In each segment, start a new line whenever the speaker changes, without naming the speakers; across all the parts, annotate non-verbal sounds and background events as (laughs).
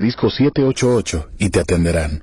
Disco 788 y te atenderán.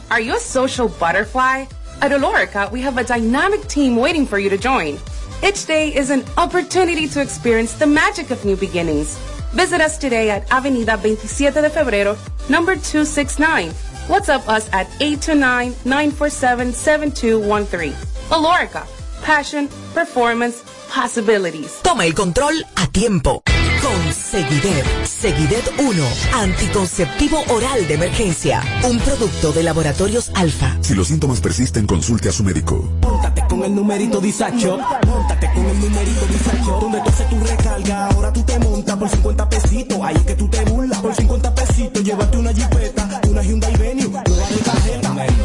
Are you a social butterfly? At Olorica, we have a dynamic team waiting for you to join. Each day is an opportunity to experience the magic of new beginnings. Visit us today at Avenida 27 de Febrero, number 269. WhatsApp us at 829-947-7213. Olorica, passion, performance, possibilities.
Toma el control a tiempo. Con Seguidet, Seguidet 1, anticonceptivo oral de emergencia, un producto de laboratorios alfa.
Si los síntomas persisten, consulte a su médico.
Póntate con el numerito disacho. Póntate con el numerito disacho. Donde tú haces tu recarga, ahora tú te montas por 50 pesitos. Ahí es que tú te burlas por 50 pesitos. Llévate una jipeta, una Hyundai Venue, nueva de cajeta. Numerito,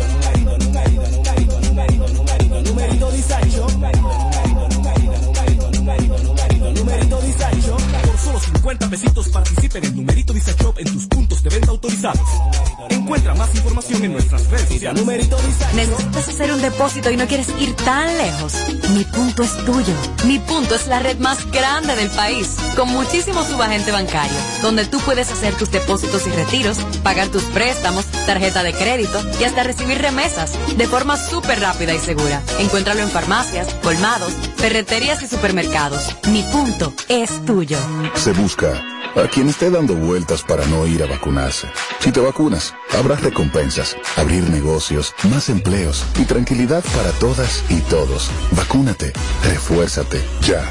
numerito, numerito, numerito, numerito, numerito, numerito disacho. Numerito, numerito, numerito, numerito, numerito, numerito disacho. Por solo 50 pesitos participen en Numerito Disachop en tus puntos de venta autorizados. Encuentra más información en nuestras redes sociales. Numerito
Necesitas hacer un depósito y no quieres ir tan lejos. Mi punto es tuyo. Mi punto es la red más grande del país, con muchísimo subagente bancario, donde tú puedes hacer tus depósitos y retiros, pagar tus préstamos, tarjeta de crédito y hasta recibir remesas de forma súper rápida y segura. Encuéntralo en farmacias, colmados, ferreterías y supermercados. Mi punto es tuyo.
Se busca a quien esté dando vueltas para no ir a vacunarse. Si te vacunas, habrá recompensas, abrir negocios, más empleos y tranquilidad para todas y todos. Vacúnate, refuérzate, ya.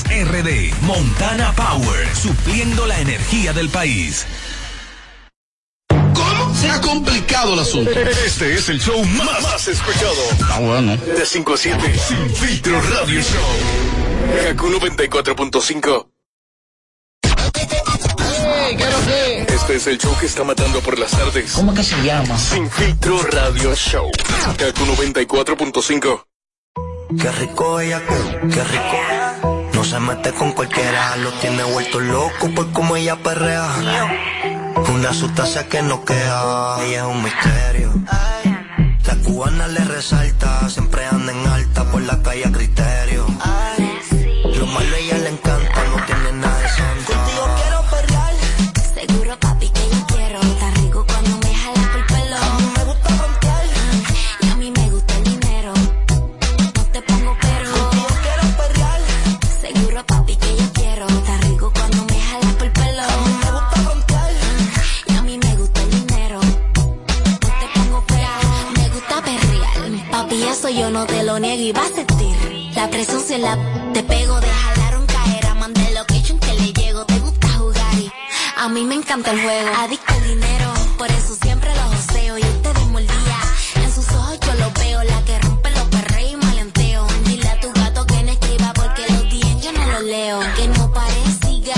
RD, Montana Power, supliendo la energía del país.
¿Cómo? Se ha complicado el asunto.
Este es el show más, más escuchado.
Ah, bueno.
De 5 a 7. Sin filtro radio show. Haku 94.5. Este es el show que está matando por las tardes.
¿Cómo que se llama?
Sin filtro radio show. Haku 94.5.
Qué rico ella, qué rico. No se mete con cualquiera, lo tiene vuelto loco por como ella perrea. Una sustancia que no queda, ella es un misterio. La cubana le resalta, siempre anda en alta por la calle a criterio. Lo malo a ella le encanta, no tiene nada de santo.
Contigo quiero perrear.
Seguro papi que yo quiero. Está rico cuando me jala por el pelo.
A mí me gusta romper.
Y a mí me gusta el dinero. No te pongo pero.
Contigo quiero perrear.
Seguro papi que yo quiero. Está rico cuando me jala por el pelo.
A mí me gusta romper.
Y a mí me gusta el dinero. No te pongo pero. Me gusta perrear. Papi, eso yo no te lo niego y vas a sentir. La presión se la p- te pego, de jalaron caer. A mandé location que le llego. Te gusta jugar y a mí me encanta el juego. Adicto al dinero, por eso siempre lo joseo. Y ustedes mordía. En sus ojos yo lo veo. La que rompe los perreos y malenteo. Dile a tu gato que no escriba porque los días yo no los leo. Que no parezca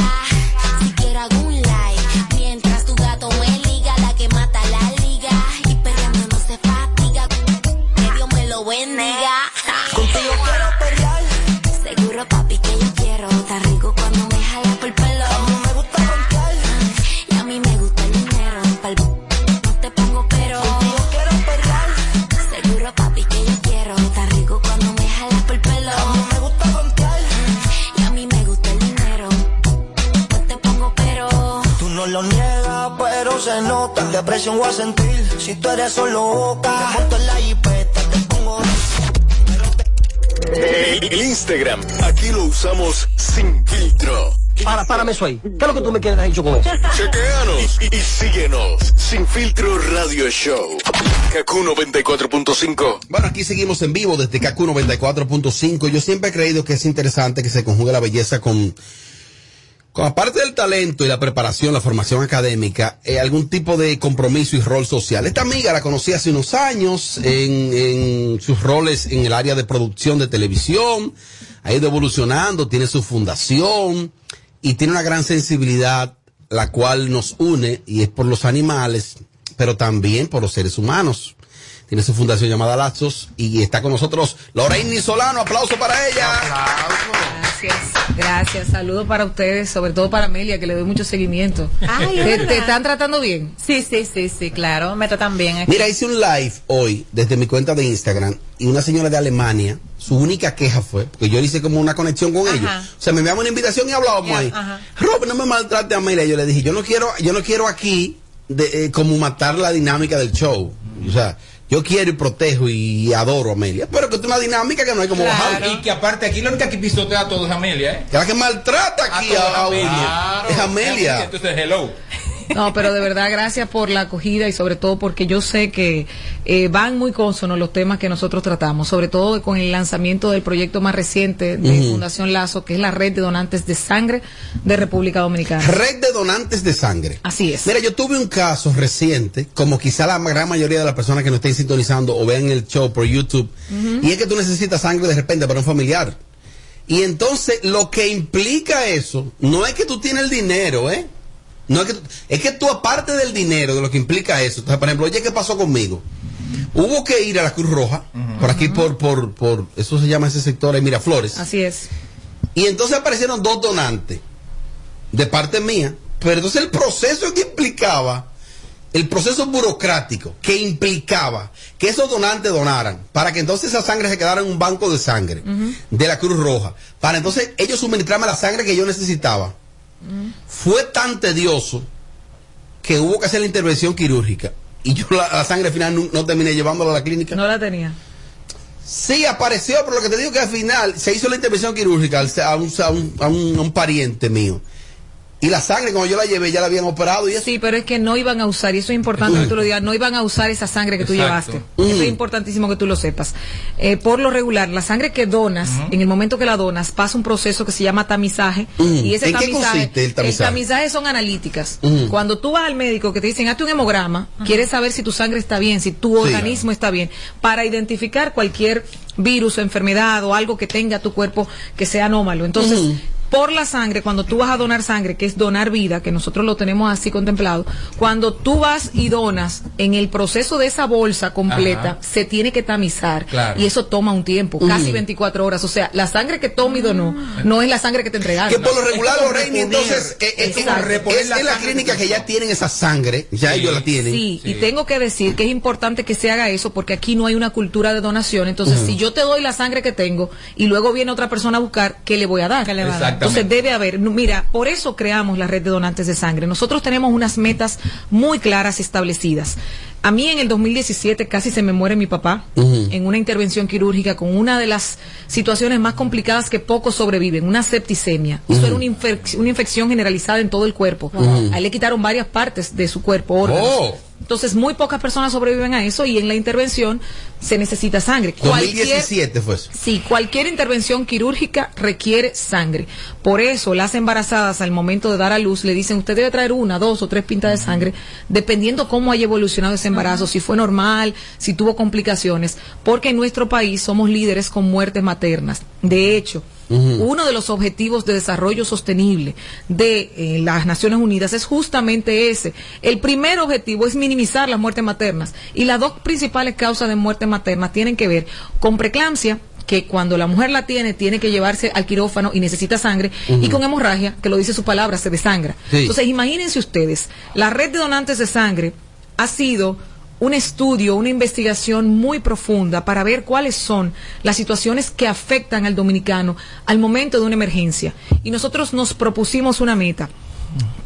siquiera algún like. Mientras tu gato me liga, la que mata la liga. Y peleando no se fatiga. Que Dios me lo bendiga.
Contigo quiero perrear.
Seguro papi que yo quiero. Está rico cuando me jala por el pelo.
A mí me gusta romper.
Y a mí me gusta el dinero. Pa'l b- No te pongo pero.
Contigo quiero perrear.
Seguro papi que yo quiero. Está rico cuando me jalas por el pelo.
A mí me gusta romper.
Y a mí me gusta el dinero. No te pongo pero.
Tú no lo niegas, pero se nota. Qué presión voy a sentir si tú eres solo boca. Te monto en la jipeta, te pongo...
El, el Instagram. Aquí lo usamos sin filtro.
Para, párame eso ahí. ¿Qué es lo que tú me quieres haber hecho con eso?
Chequeanos y, y síguenos. Sin filtro radio show. Kaku 94.5.
Bueno, aquí seguimos en vivo desde KQ 94.5. Yo siempre he creído que es interesante que se conjugue la belleza con, con aparte del talento y la preparación, la formación académica, eh, algún tipo de compromiso y rol social. Esta amiga la conocí hace unos años en, en sus roles en el área de producción de televisión, ha ido evolucionando, tiene su fundación y tiene una gran sensibilidad, la cual nos une y es por los animales, pero también por los seres humanos. Tiene su fundación llamada Lazos y está con nosotros Lorraine Solano. Aplauso para ella.
Gracias, gracias. Saludos para ustedes, sobre todo para Amelia, que le doy mucho seguimiento.
Ay, es
¿Te,
verdad.
te están tratando bien? Sí, sí, sí, sí, claro. Me tratan bien
Mira, hice un live hoy desde mi cuenta de Instagram y una señora de Alemania, su única queja fue, porque yo le hice como una conexión con ellos. O sea, me enviaban una invitación y hablábamos
Ya,
ahí.
ajá.
Rob, no me maltrate a Amelia. Yo le dije, yo no quiero, yo no quiero aquí de, eh, como matar la dinámica del show. O sea, yo quiero y protejo y adoro a Amelia. Pero que es una dinámica que no hay como bajar.
Y que aparte aquí la única que pisotea a todos es Amelia, ¿eh?
Que la que maltrata aquí
todos,
a, a Amelia.
claro.
Es Amelia.
Entonces, hello.
No, pero de verdad, gracias por la acogida y sobre todo porque yo sé que eh, van muy cónsonos los temas que nosotros tratamos, sobre todo con el lanzamiento del proyecto más reciente de
Ujú.
Fundación Lazo, que es la red de donantes de sangre de República Dominicana.
Red de donantes de sangre.
Así es.
Mira, yo tuve un caso reciente, como quizá la gran mayoría de las personas que nos estén sintonizando o vean el show por YouTube, y es que tú necesitas sangre de repente para un familiar. Y entonces lo que implica eso no es que tú tienes el dinero, ¿eh? No es que tú- es que tú aparte del dinero de lo que implica eso. Entonces, por ejemplo, oye, ¿qué pasó conmigo? Hubo que ir a la Cruz Roja, por aquí por por por eso se llama ese sector, ahí Miraflores.
Así es.
Y entonces aparecieron dos donantes de parte mía, pero entonces el proceso que implicaba, el proceso burocrático que implicaba que esos donantes donaran, para que entonces esa sangre se quedara en un banco de sangre de la Cruz Roja, para entonces ellos suministrarme la sangre que yo necesitaba,
Mm.
fue tan tedioso que hubo que hacer la intervención quirúrgica. Y yo la, la sangre al final nu- no, terminé llevándola a la clínica.
No la tenía.
Sí, apareció, pero lo que te digo que al final se hizo la intervención quirúrgica al- a un, a un- a un- a un pariente mío. Y la sangre, cuando yo la llevé, ya la habían operado y eso.
Sí, pero es que no iban a usar, y eso es importante que tú lo digas, no iban a usar esa sangre que tú
Exacto.
llevaste.
Mm.
Eso es importantísimo que tú lo sepas. Eh, por lo regular, la sangre que donas, en el momento que la donas, pasa un proceso que se llama tamizaje.
Mm.
Y ese
¿En qué
tamizaje,
consiste el tamizaje?
son analíticas.
Mm.
Cuando tú vas al médico que te dicen, hazte un hemograma, quieres saber si tu sangre está bien, si tu organismo está bien, para identificar cualquier virus o enfermedad o algo que tenga tu cuerpo que sea anómalo. Entonces,
Ujú.
por la sangre, cuando tú vas a donar sangre, que es donar vida, que nosotros lo tenemos así contemplado, cuando tú vas y donas, en el proceso de esa bolsa completa,
Ajá.
se tiene que tamizar.
Claro.
Y eso toma un tiempo,
Ujú.
casi 24 horas. O sea, la sangre que Tommy donó no es la sangre que te entregaron.
Que por lo regular,
Es como
Lorraine,
reponer.
entonces, eh, eh,
Exacto.
es en la clínica que ya tienen esa sangre, ya ellos la tienen.
Sí, y tengo que decir que es importante que se haga eso porque aquí no hay una cultura de donación. Entonces,
Ujú.
si yo te doy la sangre que tengo y luego viene otra persona a buscar, ¿qué le voy a dar?
va a dar? Exactamente.
Entonces, debe haber. no, Mira, por eso creamos la red de donantes de sangre. Nosotros tenemos unas metas muy claras establecidas. A mí en el 2017 casi se me muere mi papá
Ujú.
en una intervención quirúrgica con una de las situaciones más complicadas que pocos sobreviven, una septicemia. Eso
Ujú.
era una, infec- una infección generalizada en todo el cuerpo.
Wow.
A él le quitaron varias partes de su cuerpo, órganos.
Oh.
Entonces, muy pocas personas sobreviven a eso y en la intervención se necesita sangre. Cualquier-
2017 fue eso.
Sí, cualquier intervención quirúrgica requiere sangre. Por eso las embarazadas al momento de dar a luz le dicen, usted debe traer una, dos o tres pintas de sangre, dependiendo cómo haya evolucionado ese embarazo, si fue normal, si tuvo complicaciones, porque en nuestro país somos líderes con muertes maternas. De hecho,
Ujú.
uno de los objetivos de desarrollo sostenible de eh, las Naciones Unidas es justamente ese. El primer objetivo es minimizar las muertes maternas y las dos principales causas de muerte materna tienen que ver con preeclampsia que cuando la mujer la tiene tiene que llevarse al quirófano y necesita sangre
Ujú.
y con hemorragia, que lo dice su palabra, se desangra.
Sí.
Entonces imagínense ustedes, la red de donantes de sangre ha sido un estudio, una investigación muy profunda para ver cuáles son las situaciones que afectan al dominicano al momento de una emergencia. Y nosotros nos propusimos una meta.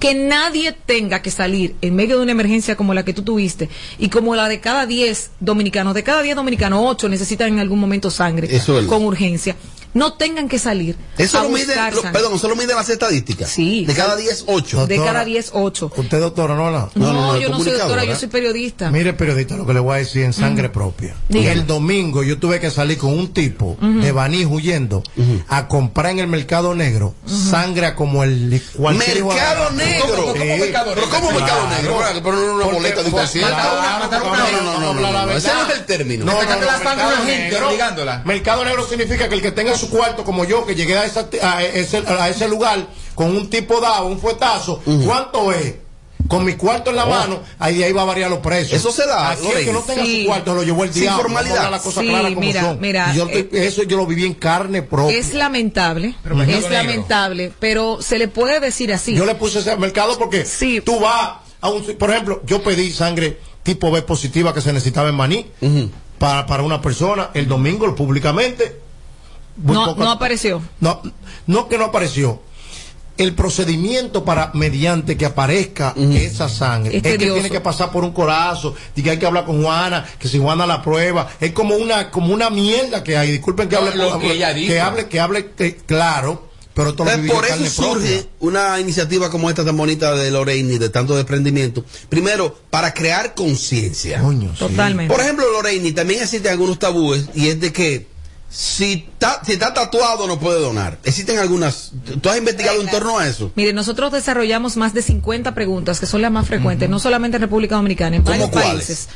Que nadie tenga que salir en medio de una emergencia como la que tú tuviste y como la de cada 10 dominicanos, de cada 10 dominicanos, 8 necesitan en algún momento sangre
Eso es.
con urgencia. no tengan que salir.
Eso
a
lo mide,
buscar
lo-
sangre.
perdón, eso lo miden las estadísticas.
Sí.
De cada 10, 8.
De cada 10, 8.
Usted, doctora, no la.
No, yo no soy doctora, yo soy periodista.
Mire, periodista, lo que le voy a decir en sangre propia.
Dígame.
El domingo yo tuve que salir con un tipo
Ujú.
de Baní huyendo a comprar en el mercado negro sangre como el cualquier hijo de-
Mercado
Sí.
negro. ¿Cómo mercado negro? ¿Pero cómo mercado
Claro.
negro? Pero no era una
Porque-
boleta de un
porque-
concierto.
Claro,
Mataron
claro,
a una-
no, no,
no,
no,
no,
la
no,
verdad.
ese no es el término.
No,
Le
no,
sacaste
no,
la sangre a una
mercado
gente,
negro.
obligándola.
Mercado negro significa que el que tenga su cuarto como yo, que llegué a, esa- a e, ese, a ese lugar con un tipo dado, un fuetazo, ¿cuánto es? Con mi cuarto en la
Oh.
mano, ahí, ahí va a variar los precios.
Eso se da,
Así es que
Lorena.
no tenga
Sí.
su cuarto, lo llevó el
Sin
diablo.
formalidad.
Vamos a dar las cosas
Sí,
claras como
mira,
son.
mira,
Yo te- eso yo lo viví en carne propia.
Es lamentable,
Pero mercado
es
negro.
lamentable, pero se le puede decir así.
Yo le puse ese al mercado porque tú vas a un. Por ejemplo, yo pedí sangre tipo B positiva que se necesitaba en Maní para, para una persona el domingo públicamente. Muy
no,
poca-
no apareció.
no, no que no apareció. El procedimiento para mediante que aparezca esa sangre
Es
es, que
tedioso.
tiene que pasar por un corazo, y que hay que hablar con Juana, que si Juana la prueba, es como una como una mierda que hay. Disculpen que
No,
hable
lo
por-
que ella dijo.
que hable que hable que- claro, pero todo
Entonces, por eso surge una iniciativa como esta tan bonita de Lorraine y de tanto desprendimiento. Primero, para crear conciencia.
Totalmente.
Por ejemplo, Lorraine, también existen algunos tabúes y es de que si está, si está tatuado no puede donar. Existen algunas. ¿Tú has investigado en torno a eso?
Mire, nosotros desarrollamos más de 50 preguntas, que son las más frecuentes, no solamente en República Dominicana, en varios países.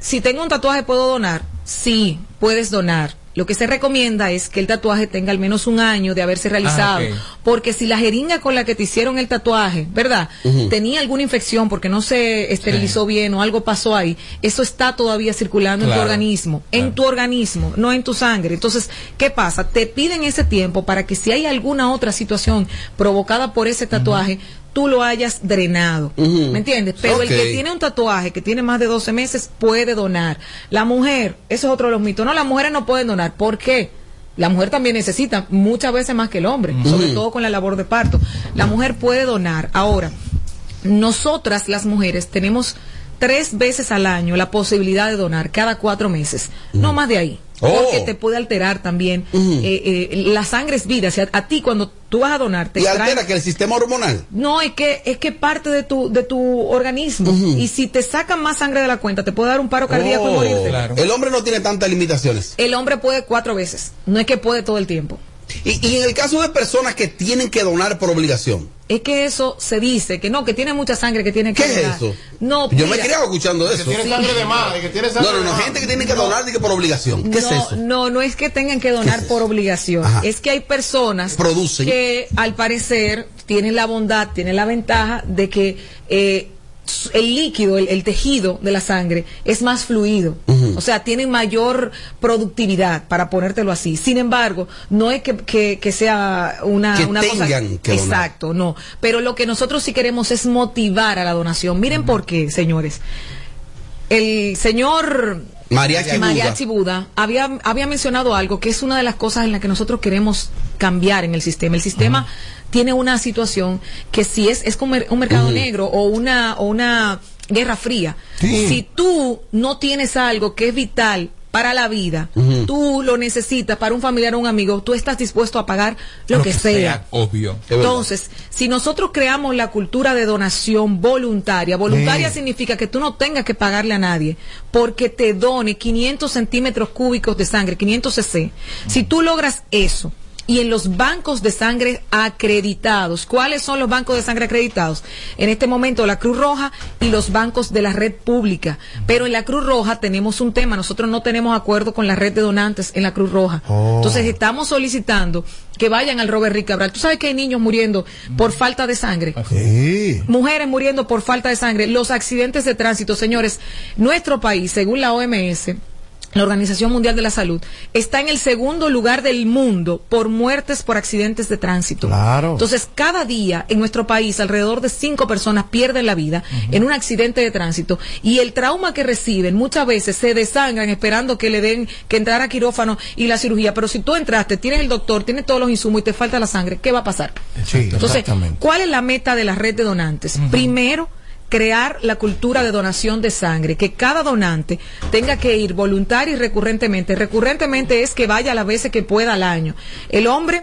Si tengo un tatuaje, ¿puedo donar? Sí, puedes donar. Lo que se recomienda es que el tatuaje tenga al menos un año de
Ah,
haberse realizado.
ok.
Porque si la jeringa con la que te hicieron el tatuaje, ¿verdad?
Ujú.
Tenía alguna infección porque no se esterilizó bien o algo pasó ahí, eso está todavía circulando en tu
Claro.
organismo, en tu organismo, no en tu sangre. Entonces, ¿qué pasa? Te piden ese tiempo para que si hay alguna otra situación provocada por ese tatuaje, tú lo hayas drenado. ¿Me entiendes? Pero el
Ok.
que tiene un tatuaje que tiene más de 12 meses puede donar. La mujer, eso es otro de los mitos. No, las mujeres no pueden donar. ¿Por qué? La mujer también necesita muchas veces más que el hombre, sobre
Ujú.
todo con la labor de parto. La mujer puede donar. Ahora, nosotras las mujeres tenemos tres veces al año la posibilidad de donar cada cuatro meses, no más de ahí.
Oh.
Porque te puede alterar también. eh, eh, la sangre es vida. O sea, a ti cuando tú vas a donar, te
Y
extraen-
altera que el sistema hormonal.
no, es que es que parte de tu de tu organismo y si te sacan más sangre de la cuenta te puede dar un paro cardíaco y
Oh,
morirte.
El hombre no tiene tantas limitaciones.
El hombre puede cuatro veces, no es que puede todo el tiempo.
Y, y en el caso de personas que tienen que donar por obligación.
Es que eso se dice que no, que tiene mucha sangre, que tiene que
¿Qué es
donar.
eso?
No,
Yo me he
mira,
criado escuchando
Que
eso.
tiene sangre de más, de que tiene sangre
No, no,
de
no,
más.
gente que tiene que donar de que por obligación. ¿Qué
no,
es eso?
No, no es que tengan que donar por obligación. Es que hay personas
Producen.
que al parecer tienen la bondad, tienen la ventaja de que eh, su- el líquido, el, el tejido de la sangre es más fluido. O sea, tienen mayor productividad, para ponértelo así. Sin embargo, no es que, que- que sea una,
Que
una
tengan
cosa...
que donar.
Exacto. Exacto, no. Pero lo que nosotros sí queremos es motivar a la donación. Miren por qué, señores. El señor
Mariachi Buda.
Mariachi Buda había, había mencionado algo que es una de las cosas en las que nosotros queremos cambiar en el sistema. El sistema tiene una situación que si es, es como un mercado
Ujú.
negro o una, o una guerra fría,
Sí.
si tú no tienes algo que es vital para la vida,
Ujú.
tú lo necesitas para un familiar o un amigo, tú estás dispuesto a pagar lo, que, sea.
Obvio.
Entonces, si nosotros creamos la cultura de donación voluntaria, voluntaria
Sí.
significa que tú no tengas que pagarle a nadie porque te done 500 centímetros cúbicos de sangre, 500 cc. Si tú logras eso y en los bancos de sangre acreditados, ¿cuáles son los bancos de sangre acreditados? En este momento la Cruz Roja y los bancos de la red pública. Pero en la Cruz Roja tenemos un tema, nosotros no tenemos acuerdo con la red de donantes en la Cruz Roja.
Oh.
Entonces estamos solicitando que vayan al Robert Rick Cabral. Tú sabes que hay niños muriendo por falta de sangre. Mujeres muriendo por falta de sangre. Los accidentes de tránsito, señores, nuestro país, según la OMS, la Organización Mundial de la Salud, está en el segundo lugar del mundo por muertes por accidentes de tránsito.
Claro.
Entonces, cada día en nuestro país, alrededor de cinco personas pierden la vida en un accidente de tránsito y el trauma que reciben muchas veces se desangran esperando que le den que entrar a quirófano y la cirugía. Pero si tú entraste, tienes el doctor, tienes todos los insumos y te falta la sangre, ¿qué va a pasar?
Sí,
Entonces,
exactamente.
¿cuál es la meta de la red de donantes? Primero, crear la cultura de donación de sangre, que cada donante tenga que ir voluntario y recurrentemente. Recurrentemente es que vaya las veces que pueda al año. El hombre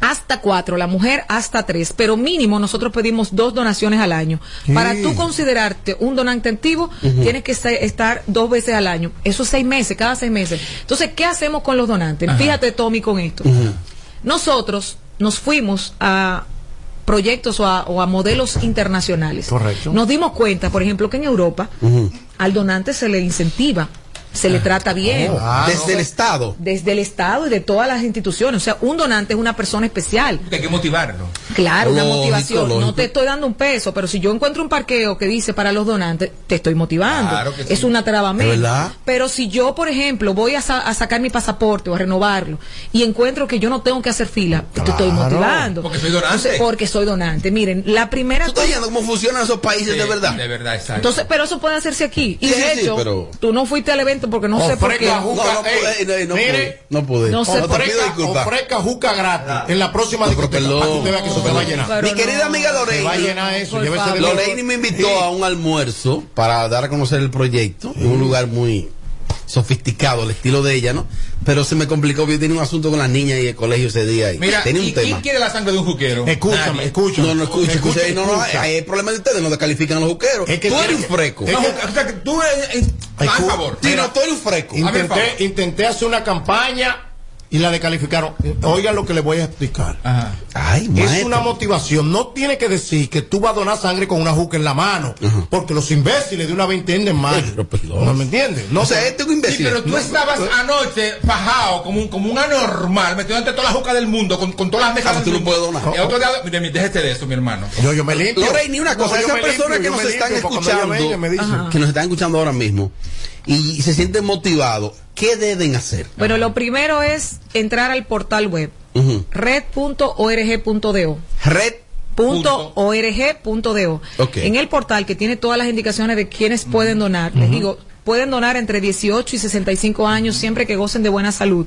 hasta cuatro, la mujer hasta tres, pero mínimo nosotros pedimos dos donaciones al año.
Sí.
Para tú considerarte un donante activo,
Ujú.
tienes que esta- estar dos veces al año. Eso es seis meses, cada seis meses. Entonces, ¿qué hacemos con los donantes?
Ajá.
Fíjate, Tommy, con esto. Nosotros nos fuimos a proyectos o a, o a modelos internacionales.
Correcto.
Nos dimos cuenta, por ejemplo, que en Europa al donante se le incentiva, se le trata bien.
Oh, ah, Desde no, el pues- Estado.
Desde el Estado y de todas las instituciones. O sea, un donante es una persona especial.
Hay que motivarlo.
Claro, una
Lógico,
motivación. No
lógico.
te estoy dando un peso, pero si yo encuentro un parqueo que dice para los donantes, te estoy motivando.
Claro que
Es
sí.
una traba
¿De
menos.
verdad?
Pero si yo, por ejemplo, voy a, sa- a sacar mi pasaporte o a renovarlo y encuentro que yo no tengo que hacer fila, pues te estoy
Claro.
motivando.
Porque soy donante.
Entonces, porque soy donante. Miren, la primera
Estoy viendo cómo funcionan esos países de verdad.
De verdad, exacto.
entonces, pero eso puede hacerse aquí. Y
Sí,
de
sí,
hecho,
pero-
tú no fuiste al evento porque no sé por qué.
Ofrezca juca,
no,
ey,
no
mire,
pude, no pude.
No sé
No te pido
ofrezca,
disculpas.
ofrezca juca gratis en la próxima discoteca para que usted vea que eso te va a llenar.
Mi querida amiga Lorena.
Te va a llenar eso. llévese de
Lorena me invitó a un almuerzo para dar a conocer el proyecto en un lugar muy sofisticado, el estilo de ella, ¿no? Pero se me complicó, porque yo tenía un asunto con las niñas y el colegio ese día. Y
Mira,
tenía
¿y
un
quién
tema.
quiere la sangre de un juquero?
Escúchame, escúchame. No, no, escucha, escucha.
Escucha,
no, no, eh,
escucha.
ahí el problema de ustedes, no descalifican a los juqueros.
Es que
tú
tiene
eres un
que-
fresco.
es que-
O sea, que tú, eh, eh,
Ay,
haz
cu-
favor.
Tino,
Mira,
tú eres un fresco. Intenté, intenté hacer una campaña y la descalificaron. Oigan lo que les voy a explicar. es
maestro.
una motivación. No tiene que decir que tú vas a donar sangre con una juca en la mano. Porque los imbéciles de una vez entienden mal. ¿No me entiendes? No sé, este es un
Sí, pero tú estabas
eh.
anoche fajado como un, como un anormal, metido ante todas las jucas del mundo, con, con todas las
Ah,
mesas. del mundo. Y
Oh,
otro día, mire, mire, déjate de eso, mi hermano.
Yo, yo me limpio.
Lorey, ni una cosa,
No, yo
esas
me limpio,
personas que
yo
nos
me
están
limpio, cuando ella
escuchando,
venga, me dicen. Ajá.
que nos están escuchando ahora mismo y se sienten motivados, ¿qué deben hacer?
Bueno, lo primero es entrar al portal web
Ujú.
red.org.do.
Red.
Punto .org.do.
Ok.
En el portal que tiene todas las indicaciones de quienes pueden donar, les digo, pueden donar entre 18 y 65 años siempre que gocen de buena salud.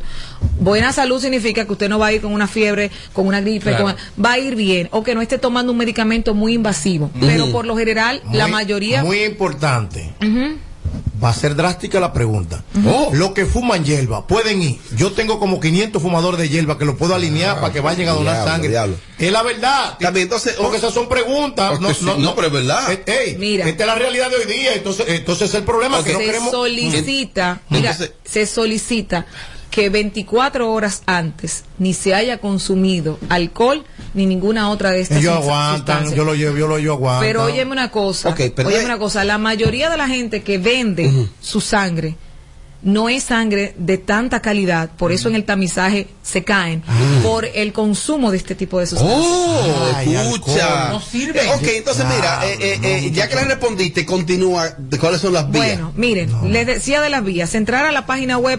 Buena salud significa que usted no va a ir con una fiebre, con una gripe,
Claro.
con- va a ir bien o que no esté tomando un medicamento muy invasivo. Pero por lo general, la
Muy-
mayoría...
Muy importante.
Ujú.
Va a ser drástica la pregunta. Oh.
Ujú.
Los que fuman hierba pueden ir. Yo tengo como 500 fumadores de hierba que los puedo alinear para que vayan a donar
Ah, diablo,
sangre.
diablo.
Es la verdad. porque esas son preguntas.
Porque sí, no, pero es verdad.
Eh, ey,
Mira.
esta es la realidad de hoy día. Entonces, entonces es el problema que no
se
queremos.
solicita, mira,
Entonces-
se solicita que 24 horas antes ni se haya consumido alcohol ni ninguna otra de estas
Mm. Ellos
sustan-
aguantan,
sustancias.
yo lo llevo, yo lo llevo aguantan.
Pero óyeme una cosa,
Ok, pero- eh,
óyeme una cosa, la mayoría de la gente que vende su sangre no es sangre de tanta calidad, por eso en el tamizaje se caen
Ah.
por el consumo de este tipo de sustancias.
Oh, escucha.
No sirve.
Eh, ok, entonces mira, eh, eh, eh, ya que le respondiste, continúa. de ¿Cuáles son las vías?
Bueno, miren, les decía de las vías, entrar a la página web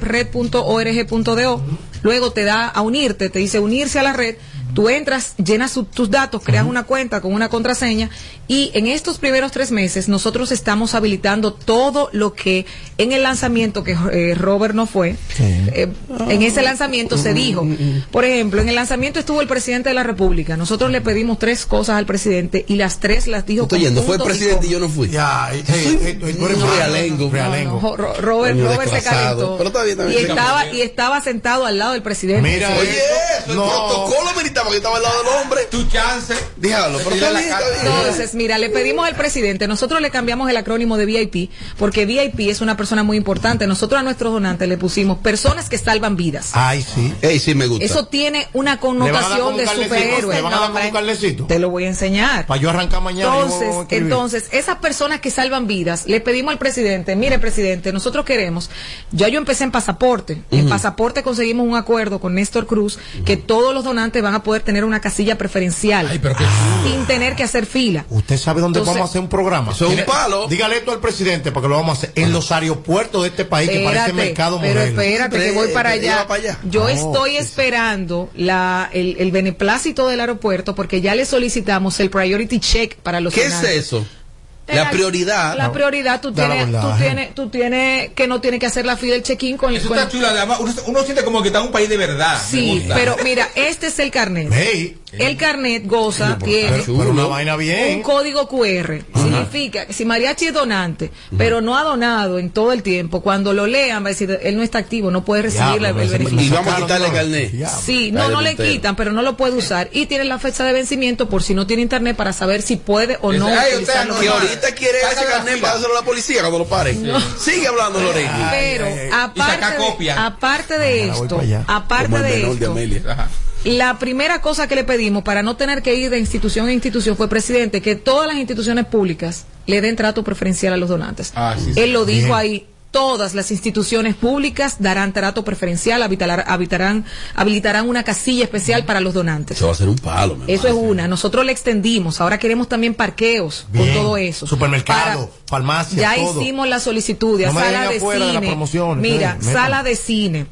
red.org.do, luego te da a unirte, te dice unirse a la red, tú entras, llenas su- tus datos, creas una cuenta con una contraseña y en estos primeros tres meses nosotros estamos habilitando todo lo que en el lanzamiento que eh, Robert no fue, eh, en ese lanzamiento se dijo, por ejemplo, en el lanzamiento estuvo el presidente de la República, nosotros le pedimos tres cosas al presidente y las tres las dijo.
Estoy
con
yendo, fue el
puntos y
presidente y
coma.
yo no fui.
Ya, eh, tú eres
realengo.
No, no, Ro- Robert,
Coño,
Robert se
desclasado.
calentó.
Pero está bien, está
Y
bien.
estaba, y estaba sentado al lado del presidente.
Mira,
Sí.
oye, eso, el protocolo militaba que yo estaba al lado del hombre.
Tu chance.
Déjalo, pero
Tira
está
la
bien,
cara.
está bien.
Entonces, mira, le pedimos al presidente, nosotros le cambiamos el acrónimo de VIP, porque VIP es una persona muy importante. Nosotros a nuestros donantes le pusimos personas que salvan vidas.
Ay, sí.
Ey, sí, Ah, me gusta.
Eso tiene una
¿Le van a dar como
connotación
un
de
carnecito?
superhéroe.
¿Le van a dar
No,
como un
hombre.
carnecito?
Te lo voy a enseñar.
Para yo arrancar mañana. yo
Entonces,
voy a escribir.
entonces, esas personas que salvan vidas, le pedimos al presidente, mire presidente, nosotros queremos, ya yo empecé en pasaporte, en
Ujú.
pasaporte conseguimos un acuerdo con Néstor Cruz que todos los donantes van a poder tener una casilla preferencial sin tener que hacer fila.
Usted sabe dónde
Entonces-
vamos a hacer un programa.
Eso es un
Dile-
palo.
Dígale esto al presidente porque lo vamos a hacer en los aeropuertos de este país que parece
Espérate,
mercado
pero
modelo.
espérate que voy para allá. Yo
Oh,
estoy esperando la, el, el beneplácito del aeropuerto porque ya le solicitamos el priority check para los
¿Qué es
donantes.
eso? La prioridad.
La prioridad, tú
Da la
tienes, tú
volaje.
tienes, tú tienes que no tienes que hacer la fila del check-in con el
Eso está chula, además, uno, uno siente como que está en un país de verdad. me
Sí,
gusta.
pero mira, este es el carnet.
Ey.
El carnet goza,
Pero-
tiene
pero una
vaina bien.
un código QR. Si Significa que si Mariachi es donante, pero no ha donado en todo el tiempo, cuando lo lean va a decir, él no está activo, no puede recibir la- el beneficio.
Y vamos a quitarle el carnet.
Sí, no,
Dale,
no le
Montero.
quitan, pero no lo puede usar. Y tiene la fecha de vencimiento por si no tiene internet para saber si puede o no. utilizarlo.
que ahorita quiere ese carnet para dárselo a la policía cuando lo paren. Sigue hablando, Lorena.
Pero aparte, de,
copia.
Ah,
aparte de esto, aparte de esto, la primera cosa que le pedimos para no tener que ir de institución a institución fue, presidente, que todas las instituciones públicas le den trato preferencial a los donantes. Él lo dijo ahí. Todas las instituciones públicas darán trato preferencial, habilitarán, habilitarán, habilitarán una casilla especial para los donantes.
Se va a hacer un palo, mi
Eso es una. Nosotros le extendimos. Ahora queremos también parqueos
Bien.
con todo eso.
Supermercado, farmacia,
Ya
todo.
hicimos la solicitud de
No me
sala
dejen
de
afuera de las
cine.
promociones,
Mira,
ustedes,
sala
metan.
de cine.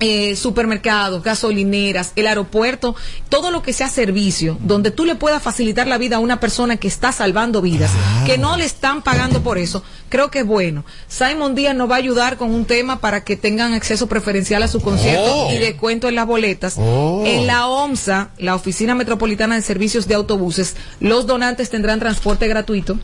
eh, supermercados, gasolineras, el aeropuerto, todo lo que sea servicio, donde tú le puedas facilitar la vida a una persona que está salvando vidas, que no le están pagando por eso, creo que es bueno. Simon Díaz nos va a ayudar con un tema para que tengan acceso preferencial a su concierto
Oh.
y descuento en las boletas.
Oh.
En la OMSA, la Oficina Metropolitana de Servicios de Autobuses, los donantes tendrán transporte gratuito.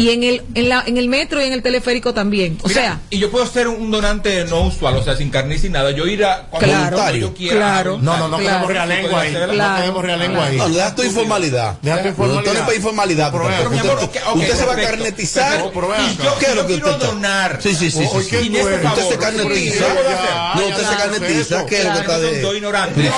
Y en el, en, la, en el metro y en el teleférico también. O sea,
Y yo puedo ser un donante no usual, o sea, sin carne y sin nada. Yo ir a cuando
Claro,
voluntario yo quiera.
claro,
a
No, no, no queremos
voluntario.
realengua ahí.
Sí, podría
No
ser,
queremos realengua
No,
ahí.
no, deja tu informalidad.
Deja tu informalidad.
No, usted no es para informalidad.
Pero,
tampoco.
mi amor,
usted,
ok, ok,
usted se va a
perfecto,
carnetizar.
perfecto, pero vean
y yo
acá.
quiero que
Yo
usted
quiero donar.
Sí, sí, sí. sí,
O- o
sí.
quiero
Y en este
favor.
Usted se
Sí,
carnetiza.
yo voy a hacer.
No,
Ay,
usted se
ya,
carnetiza.
eso.
¿Qué es lo que
Claro,
está
yo
de.?
no soy ignorante.
(laughs)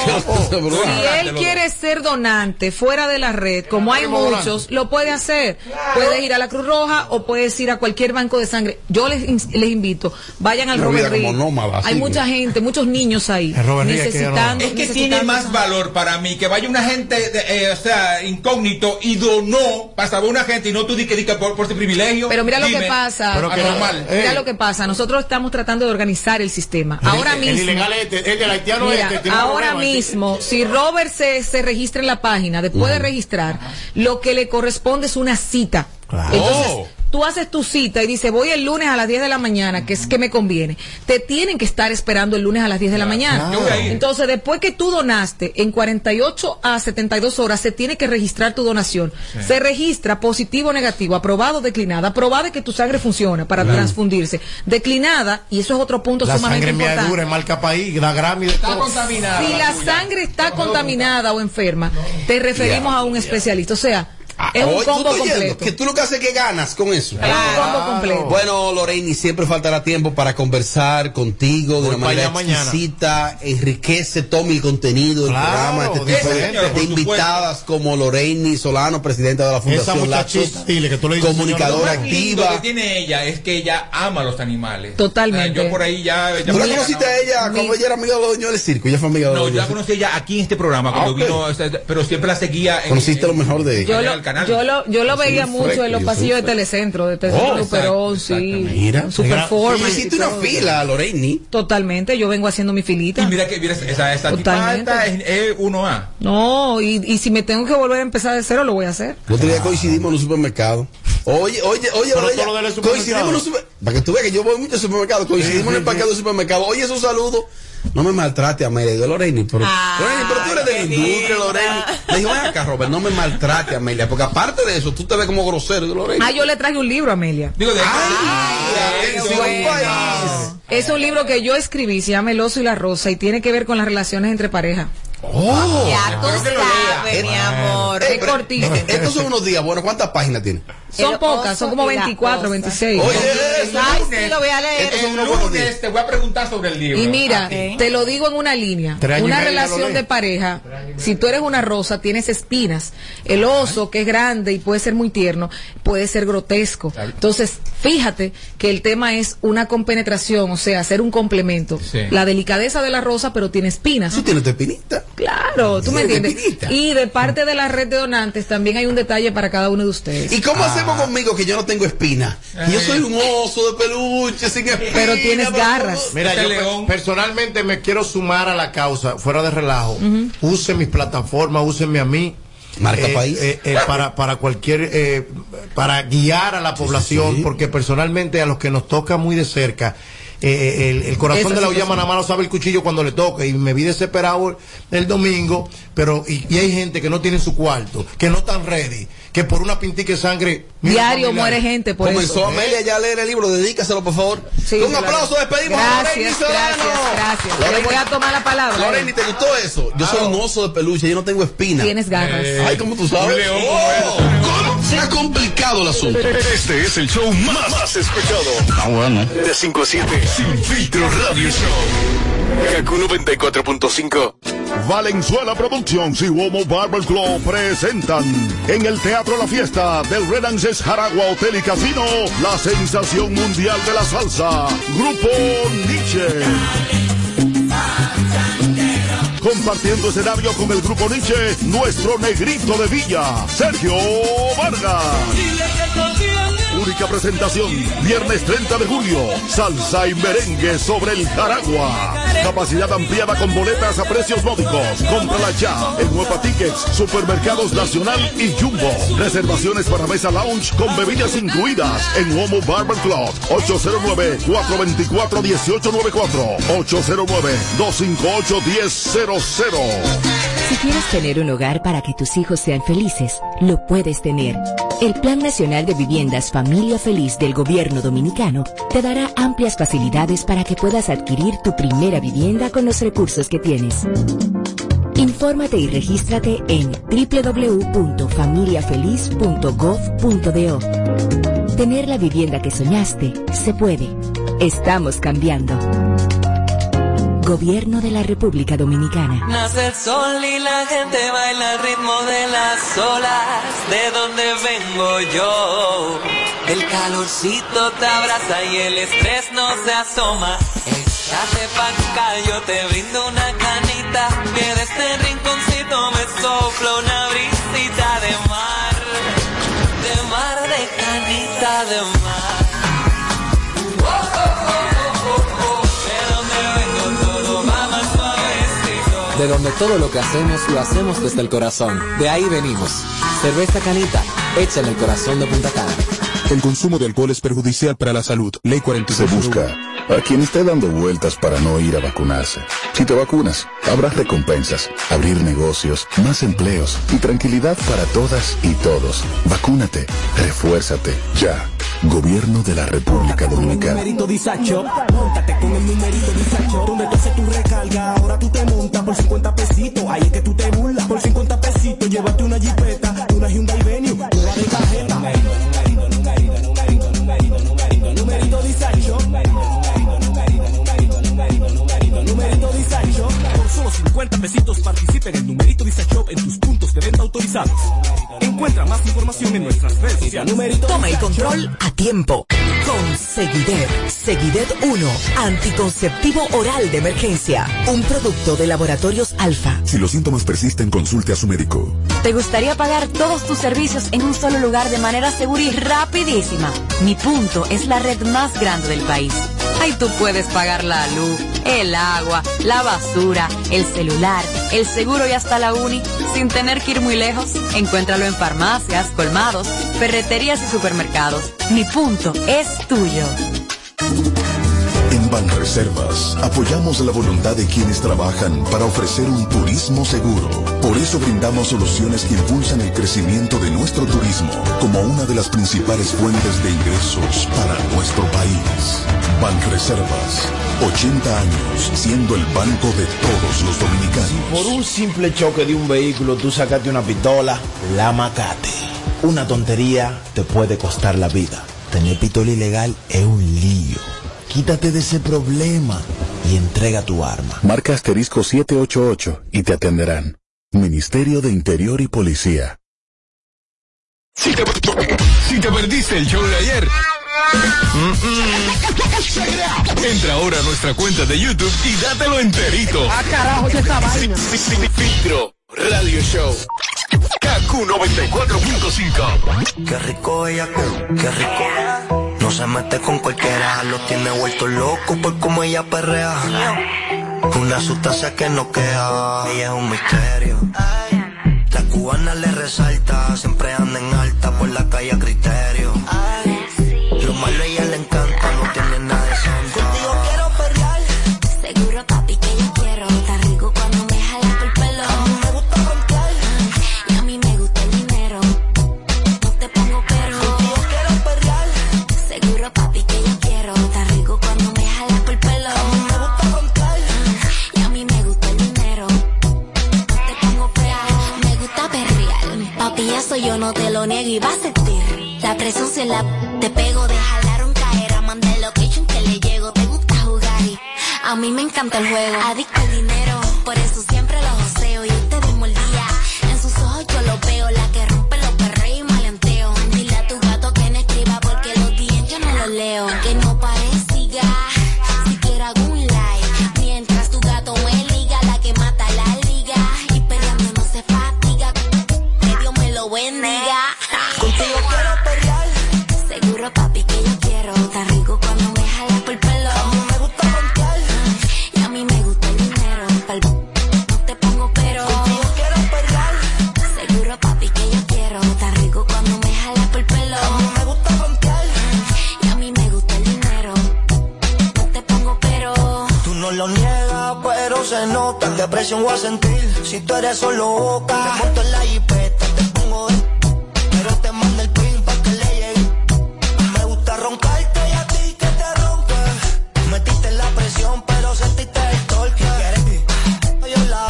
Pero vean
si
acá.
él quiere ser donante fuera de la red, como hay muchos, lo puede hacer. Puedes ir a la Cruz Roja o puedes ir a cualquier banco de sangre. Yo les, in- les invito, vayan al
Una
Robert
vida como
Reed.
nómada, así,
Hay mucha gente, muchos niños ahí. Necesitando,
Es que tiene más valor para mí que vaya una gente, de- eh, o sea, incógnito y donó para salvar a una gente y no tú di que di que por, por su privilegio.
Pero mira lo
Dime,
que pasa.
Ah,
anormal.
Mira lo que pasa. Nosotros estamos tratando de organizar el sistema.
El-
ahora
el
mismo.
ilegal este, el del haitiano
Mira,
este, tiene un
ahora
problema,
mismo, si Robert se, se registra en la página, después de registrar, lo que le corresponde es una cita. Entonces,
Oh.
tú haces tu cita y dices, voy el lunes a las 10 de la mañana, que es que me conviene. Te tienen que estar esperando el lunes a las 10 de la mañana.
Yo voy a ir.
Entonces, después que tú donaste, en 48 a 72 horas se tiene que registrar tu donación.
Sí.
Se registra positivo o negativo, aprobado o declinada, aprobada que tu sangre funciona para
Claro.
transfundirse, declinada, y eso es otro punto
La
sumamente
sangre mía es
importante.
dura, es marca país, da Grammy. de todo.
Si la sangre está contaminada o enferma, te referimos a un especialista. O sea, es
Oye,
un
Ah, tú
combo
estás oyendo,
completo.
Que tú lo que haces es que ganas con eso.
combo completo.
Bueno, Loreni, siempre faltará tiempo para conversar contigo de
Voy
una manera
para allá
exquisita. Enriquece, tome el contenido del
Claro,
programa. Este tipo de,
diferente,
de
por
invitadas como Loreni Solano, presidenta de la
Esa
Fundación
muchachita,
Lapsus,
dile que tú le dices.
comunicadora
Lo más lindo
activa.
que tiene ella es que ella ama a los animales.
Totalmente.
O sea, Eh, yo por ahí ya. ya
¿Tú la
me
conociste a ella cuando ella era amiga de los dueños del circo? Ella fue amiga de los
No, yo
dueños
la
del circo.
conocí a ella aquí en este programa, cuando
Ah, ok.
vino, o sea, pero siempre la seguía. En,
Conociste lo mejor de ella.
Yo lo, yo lo, yo lo veía mucho en los pasillos de Telecentro, de Telecentro
Oh,
Luperón, sí.
Mira,
Su performance
Y Hiciste
y
una
todo.
fila, Loreni.
Totalmente, yo vengo haciendo mi filita.
Mira que mira, esa, esa tipa
Totalmente.
alta es, es 1A.
No, y, y si me tengo que volver a empezar de cero, lo voy a hacer.
El otro día coincidimos en un supermercado. Oye, oye, oye,
Pero
oye,
todo lo del supermercado.
coincidimos en un supermercado. Para que tú veas que yo voy mucho al supermercado, coincidimos en el parqueo del supermercado. Oye, es un saludo. No me maltrate a Amelia. Digo, Loreni, pero,
Ah,
Loreni, pero tú eres de la industria, Loreni. Le digo, ven acá, Robert, no me maltrate a Amelia. Porque aparte de eso, tú te ves como grosero. Digo, Loreni.
Ah, yo le traje un libro, Amelia.
Digo, de
atención, país.
Es un libro que yo escribí, se llama El oso y la rosa, y tiene que ver con las relaciones entre pareja.
Oh,
Ya tú
Espero que lo lea.
sabes,
Eh,
mi amor.
eh,
Es
pero-
cortito.
eh, Estos son unos días. Bueno, ¿cuántas páginas tiene?
Son
El
pocas, son como
oso y la
24, 26.
Oye,
Ay, sí, lo voy a leer.
El lunes te voy a preguntar sobre el libro. Ah,
Y mira,
Ok.
te lo digo en una línea.
Tres años y
Una
medio ya lo
relación
leí.
de pareja, si tú eres una rosa, tienes espinas. El oso, que es grande y puede ser muy tierno, puede ser grotesco. Entonces, fíjate que el tema es una compenetración, o sea, hacer un complemento.
Sí.
La delicadeza de la rosa, pero tiene espinas.
Tú tienes tu espinita.
Claro, tú me
Tienes tu
entiendes.
espinita.
Y de parte de la red de donantes, también hay un detalle para cada uno de ustedes.
¿Y cómo hacemos conmigo que yo no tengo espina? Que yo soy un oso de peluche sin espina.
Pero tienes garras.
Mira,
Este
yo pe- personalmente me quiero sumar a la causa, fuera de relajo. Usen mis plataformas, úsenme a mí.
Marca país.
eh, eh, para, para cualquier, eh, para guiar a la población, porque personalmente a los que nos toca muy de cerca, eh, el, el corazón
Esa
de la Ullama
situación.
nada más lo sabe el cuchillo cuando le toque. Y me vi desesperado el domingo, pero y, y hay gente que no tiene su cuarto, que no están ready, que por una pintica de sangre. mira,
Diario
familiar.
muere gente por
Comenzó
eso.
Amelia ya a leer el libro, dedícaselo por favor.
Sí,
Un
claro.
aplauso, despedimos a Loreni
Gracias,
Solano.
gracias, gracias. Le voy a tomar la palabra. eh.
Loreni, ¿te gustó eso? Yo soy un oso de peluche, yo no tengo espina.
Tienes garras. Eh,
Ay, como tú sabes.
un león como
Oh,
¿Cómo? Se ha complicado el asunto.
Este es el show más, más escuchado.
Ah, bueno.
De 5 a 7. Sin filtro radio show. Kaku 94.5.
Valenzuela Productions y Womo Barber Club presentan en el Teatro La Fiesta del Renances Jaragua Hotel y Casino la sensación mundial de la salsa, Grupo Nietzsche. Compartiendo escenario con el Grupo Nietzsche, nuestro negrito de Villa, Sergio Vargas. Única presentación, viernes 30 de julio, salsa y merengue sobre el Jaragua. Capacidad ampliada con boletas a precios módicos. Cómprala ya en Huepa Tickets, Supermercados Nacional y Jumbo. Reservaciones para mesa lounge con bebidas incluidas en Homo Barber Club. 809-424-1894. 809-258-1000.
Si quieres tener un hogar para que tus hijos sean felices, lo puedes tener. El Plan Nacional de Viviendas Familia Feliz del Gobierno Dominicano te dará amplias facilidades para que puedas adquirir tu primera vivienda con los recursos que tienes. Infórmate y regístrate en www.familiafeliz.gov.do. Tener la vivienda que soñaste se puede. Estamos cambiando. Gobierno de la República Dominicana.
Nace el sol y la gente baila al ritmo de las olas. De donde vengo yo. El calorcito te abraza y el estrés no se asoma. Échate pa' acá, yo te brindo una canita. Que de este rinconcito me sopla una brisita de mar. De mar, de canita, de mar. Oh, oh, oh, oh, oh, oh. De donde vengo todo va más suavecito.
De donde todo lo que hacemos lo hacemos desde el corazón. De ahí venimos. Cerveza Canita, hecha en el corazón de Punta Cana.
El consumo de alcohol es perjudicial para la salud. Ley 46.
Se busca a quien esté dando vueltas para no ir a vacunarse. Si te vacunas, habrá recompensas, abrir negocios, más empleos y tranquilidad para todas y todos. Vacúnate, refuérzate, ya. Gobierno de la República Dominicana.
numerito disacho. Móntate con el numerito disacho. Donde tú haces tu recarga, ahora tú te montas por 50 pesitos. Ahí es que tú te burlas por 50 pesitos. Llévate una jipeta, una Hyundai Venue, una de cajeta. Numerito disacho. Numerito disacho. Por solo 50 pesitos participa en el numerito disacho en tus puntos de venta autorizados. Encuentra más información en nuestras redes sociales.
Toma el control a tiempo. Con Seguidet. Seguidet 1. Anticonceptivo oral de emergencia. Un producto de laboratorios alfa.
Si los síntomas persisten, consulte a su médico.
¿Te gustaría pagar todos tus servicios en un solo lugar de manera segura y rapidísima? Mi punto es la red más grande del país. Ahí tú puedes pagar la luz, el agua, la basura, el celular, el seguro y hasta la uni sin tener que ir muy lejos. Encuéntralo en farmacias, colmados, ferreterías y supermercados. Mi punto es tuyo.
En Banreservas apoyamos la voluntad de quienes trabajan para ofrecer un turismo seguro. Por eso brindamos soluciones que impulsan el crecimiento de nuestro turismo como una de las principales fuentes de ingresos para nuestro país. Banreservas, 80 años siendo el banco de todos los dominicanos.
Por un simple choque de un vehículo tú sacaste una pistola, la mataste. Una tontería te puede costar la vida. Tener pistola ilegal es un lío. Quítate de ese problema y entrega tu arma.
Marca asterisco 788 y te atenderán. Ministerio de Interior y Policía.
Si te, si te perdiste el show de ayer. mm-mm. Entra ahora a nuestra cuenta de YouTube y dátelo enterito.
Ah, carajo,
é
ya
tá
esta vaina. Sin filtro radio show. Kaku 94.5.
Qué rico ella, qué rico. No se mete con cualquiera, lo tiene vuelto loco por como ella perrea. Una sustancia que no queda, ella es un misterio. La cubana le resalta, siempre anda en alta por la calle a criterio. Lo malo a ella le encanta, no tiene nada de santa.
yo no te lo niego y va a sentir. La presión se la te pego, de jalaron caer, a mandar location que le llego. Te gusta jugar y a mí me encanta el juego. Adicto al dinero, por eso siempre lo joseo. Y usted mismo el día, en sus ojos yo lo veo. La que rompe los perreos y malenteo. Dile a tu gato que no escriba porque los días yo no los leo. Que no parezca siquiera algún like. Mientras tu gato me liga, la que mata la liga. Y peleando no se fatiga. Que Dios me lo bendiga. Contigo quiero pelear. Seguro, papi, que yo quiero. Tan rico cuando me jalas por el pelo. A mí me gusta contar. Y a mí me gusta el dinero. Pa'l b- no te pongo pero. Contigo quiero pelear. Seguro, papi, que yo quiero. Tan rico cuando me jalas por el pelo. A mí me gusta contar. Y a mí me gusta el dinero. No te pongo pero.
Tú no lo niegas, pero se nota que presión voy a sentir si tú eres solo boca. Te monto en la jipeta, te pongo el... Pero te mando el pin pa' que le llegue. Me gusta roncarte y a ti que te ronque. Metiste la presión, pero sentiste el torque. Quieres- Yo la...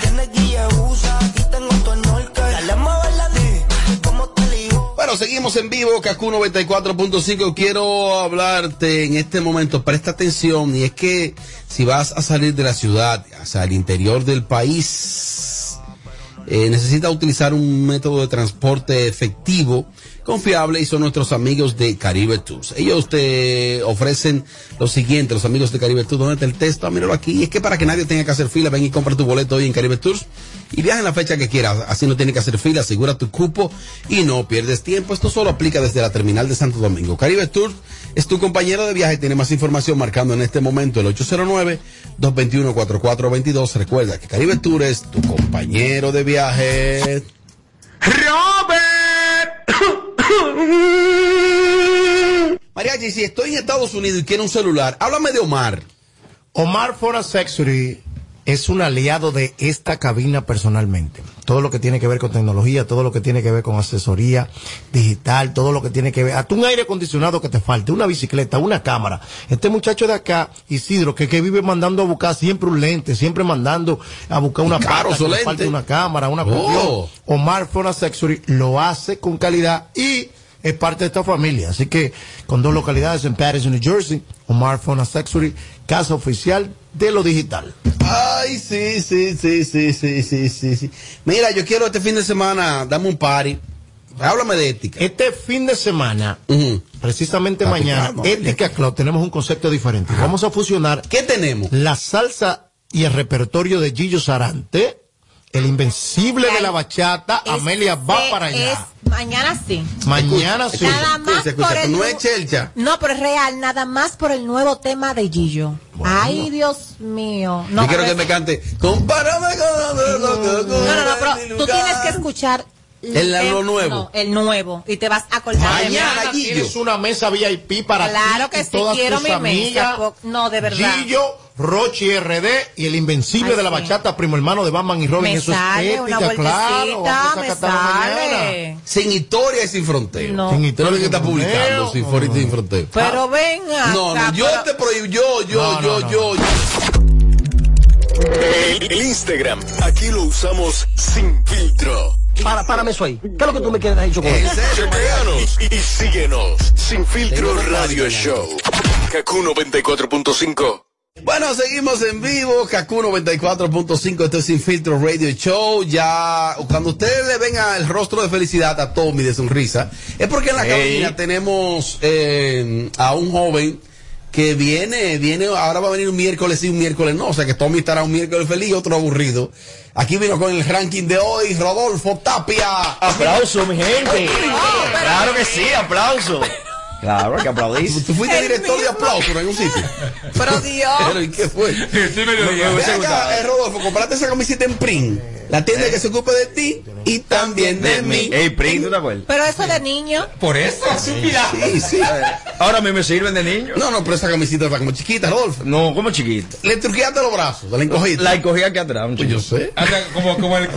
Tienes guille, usa, aquí tengo tu enorque. Dale, mueve la di, como te ligo.
Oh, Bueno, seguimos en vivo, Kaku 94.5. Quiero hablarte en este momento, presta atención, y es que si vas a salir de la ciudad, hacia el interior del país, eh, necesitas utilizar un método de transporte efectivo, confiable, y son nuestros amigos de Caribe Tours. Ellos te ofrecen lo siguiente, los amigos de Caribe Tours, ¿dónde está el texto? Ah, míralo aquí. Y es que para que nadie tenga que hacer fila, ven y compra tu boleto hoy en Caribe Tours y viaja en la fecha que quieras. Así no tiene que hacer fila, asegura tu cupo y no pierdes tiempo. Esto solo aplica desde la terminal de Santo Domingo. Caribe Tour es tu compañero de viaje. Tiene más información marcando en este momento el 809-221-4422. Recuerda que Caribe Tour es tu compañero de viaje. ¡Robert!
(coughs)
Mariachi, si estoy en Estados Unidos y quiero un celular, háblame de Omar.
Omar Fora Sexury es un aliado de esta cabina personalmente. Todo lo que tiene que ver con tecnología, todo lo que tiene que ver con asesoría digital, todo lo que tiene que ver, hasta un aire acondicionado que te falte, una bicicleta, una cámara. Este muchacho de acá, Isidro, que, que vive mandando a buscar siempre un lente, siempre mandando a buscar una
Caro
pata
su
que le
lente.
falte una cámara, una
Oh.
Omar Fora Sexury lo hace con calidad y es parte de esta familia. Así que con dos localidades en Patterson, New Jersey, Omar Fona Sexury, casa oficial de lo digital.
Ay, sí, sí, sí, sí, sí, sí, sí, sí. Mira, yo quiero este fin de semana, dame un party. Háblame de ética.
Este fin de semana, precisamente
Ah,
mañana,
claro,
Ética Club, tenemos un concepto diferente. Vamos a fusionar.
¿Qué tenemos?
La salsa y el repertorio de Gillo Sarante, el invencible de la bachata, Amelia va
Se-
para allá.
es- mañana sí.
Mañana sí.
Nada más por el
no es
nu-
chelcha.
No, pero es real, nada más por el nuevo tema de Gillo. Ay, Dios mío. No,
yo quiero
pero
que me cante. Compárame con.
No, no, no, pero tú tienes que escuchar
El- lo
tem-
nuevo.
no, el nuevo y te vas a acordar de
Mañana
mí.
tienes una mesa VIP para
Claro
ti
que
y
sí,
todas
quiero
tus
mi mesa.
amigas.
po- No, de verdad.
Gillo, Rochi RD y el invencible
Ay,
de la
sí.
bachata, primo hermano de Batman y Robin.
me
Eso
sale
es
una
épica, claro.
vueltecita,
Vamos a
me
catarlo
sale.
mañana.
Sin historia y sin frontera.
No.
Sin historia. que está publicando, sin historia y sin frontera.
Pero ven acá.
Ah. No, no, yo
pero-
te prohíbo. Yo, yo, yo, yo, yo.
El, el Instagram, aquí lo usamos sin filtro.
Para, párame eso ahí. ¿Qué es lo que tú me quieres ahí
É,
yo con eso?
Chequeanos y, y síguenos sin filtro radio show. Kaku
(laughs)
94.5.
Bueno, seguimos en vivo, Kaku 94.5, esto este es Sin Filtro Radio Show. Ya, cuando ustedes le ven al rostro de felicidad a Tommy de sonrisa, es porque en la
Ey.
cabina tenemos eh, a un joven que viene, viene, ahora va a venir un miércoles y un miércoles no, o sea que Tommy estará un miércoles feliz y otro aburrido. Aquí vino con el ranking de hoy, Rodolfo Tapia.
Aplauso, mi gente. Claro que sí, aplauso. Claro que aplaudís.
Tú fuiste director de aplausos en un sitio.
Pero Dios.
(laughs) Pero ¿y qué fue?
me
Ven
hubiese
acá,
gustado.
eh, Rodolfo, comprate esa camiseta en print. La tienda que se ocupa de ti y también de mí.
Ey, Pring, ¿tú te acuerdas?
Pero eso de niño.
Por eso.
Sí, sí.
Ahora mismo sirven de niño.
No, no, pero esa camiseta está como chiquita, Rodolfo.
No, como chiquita.
Le truqueaste los brazos, la encogiste. Pues
La encogí aquí atrás, muchacho. Ah,
yo sé.
como, como el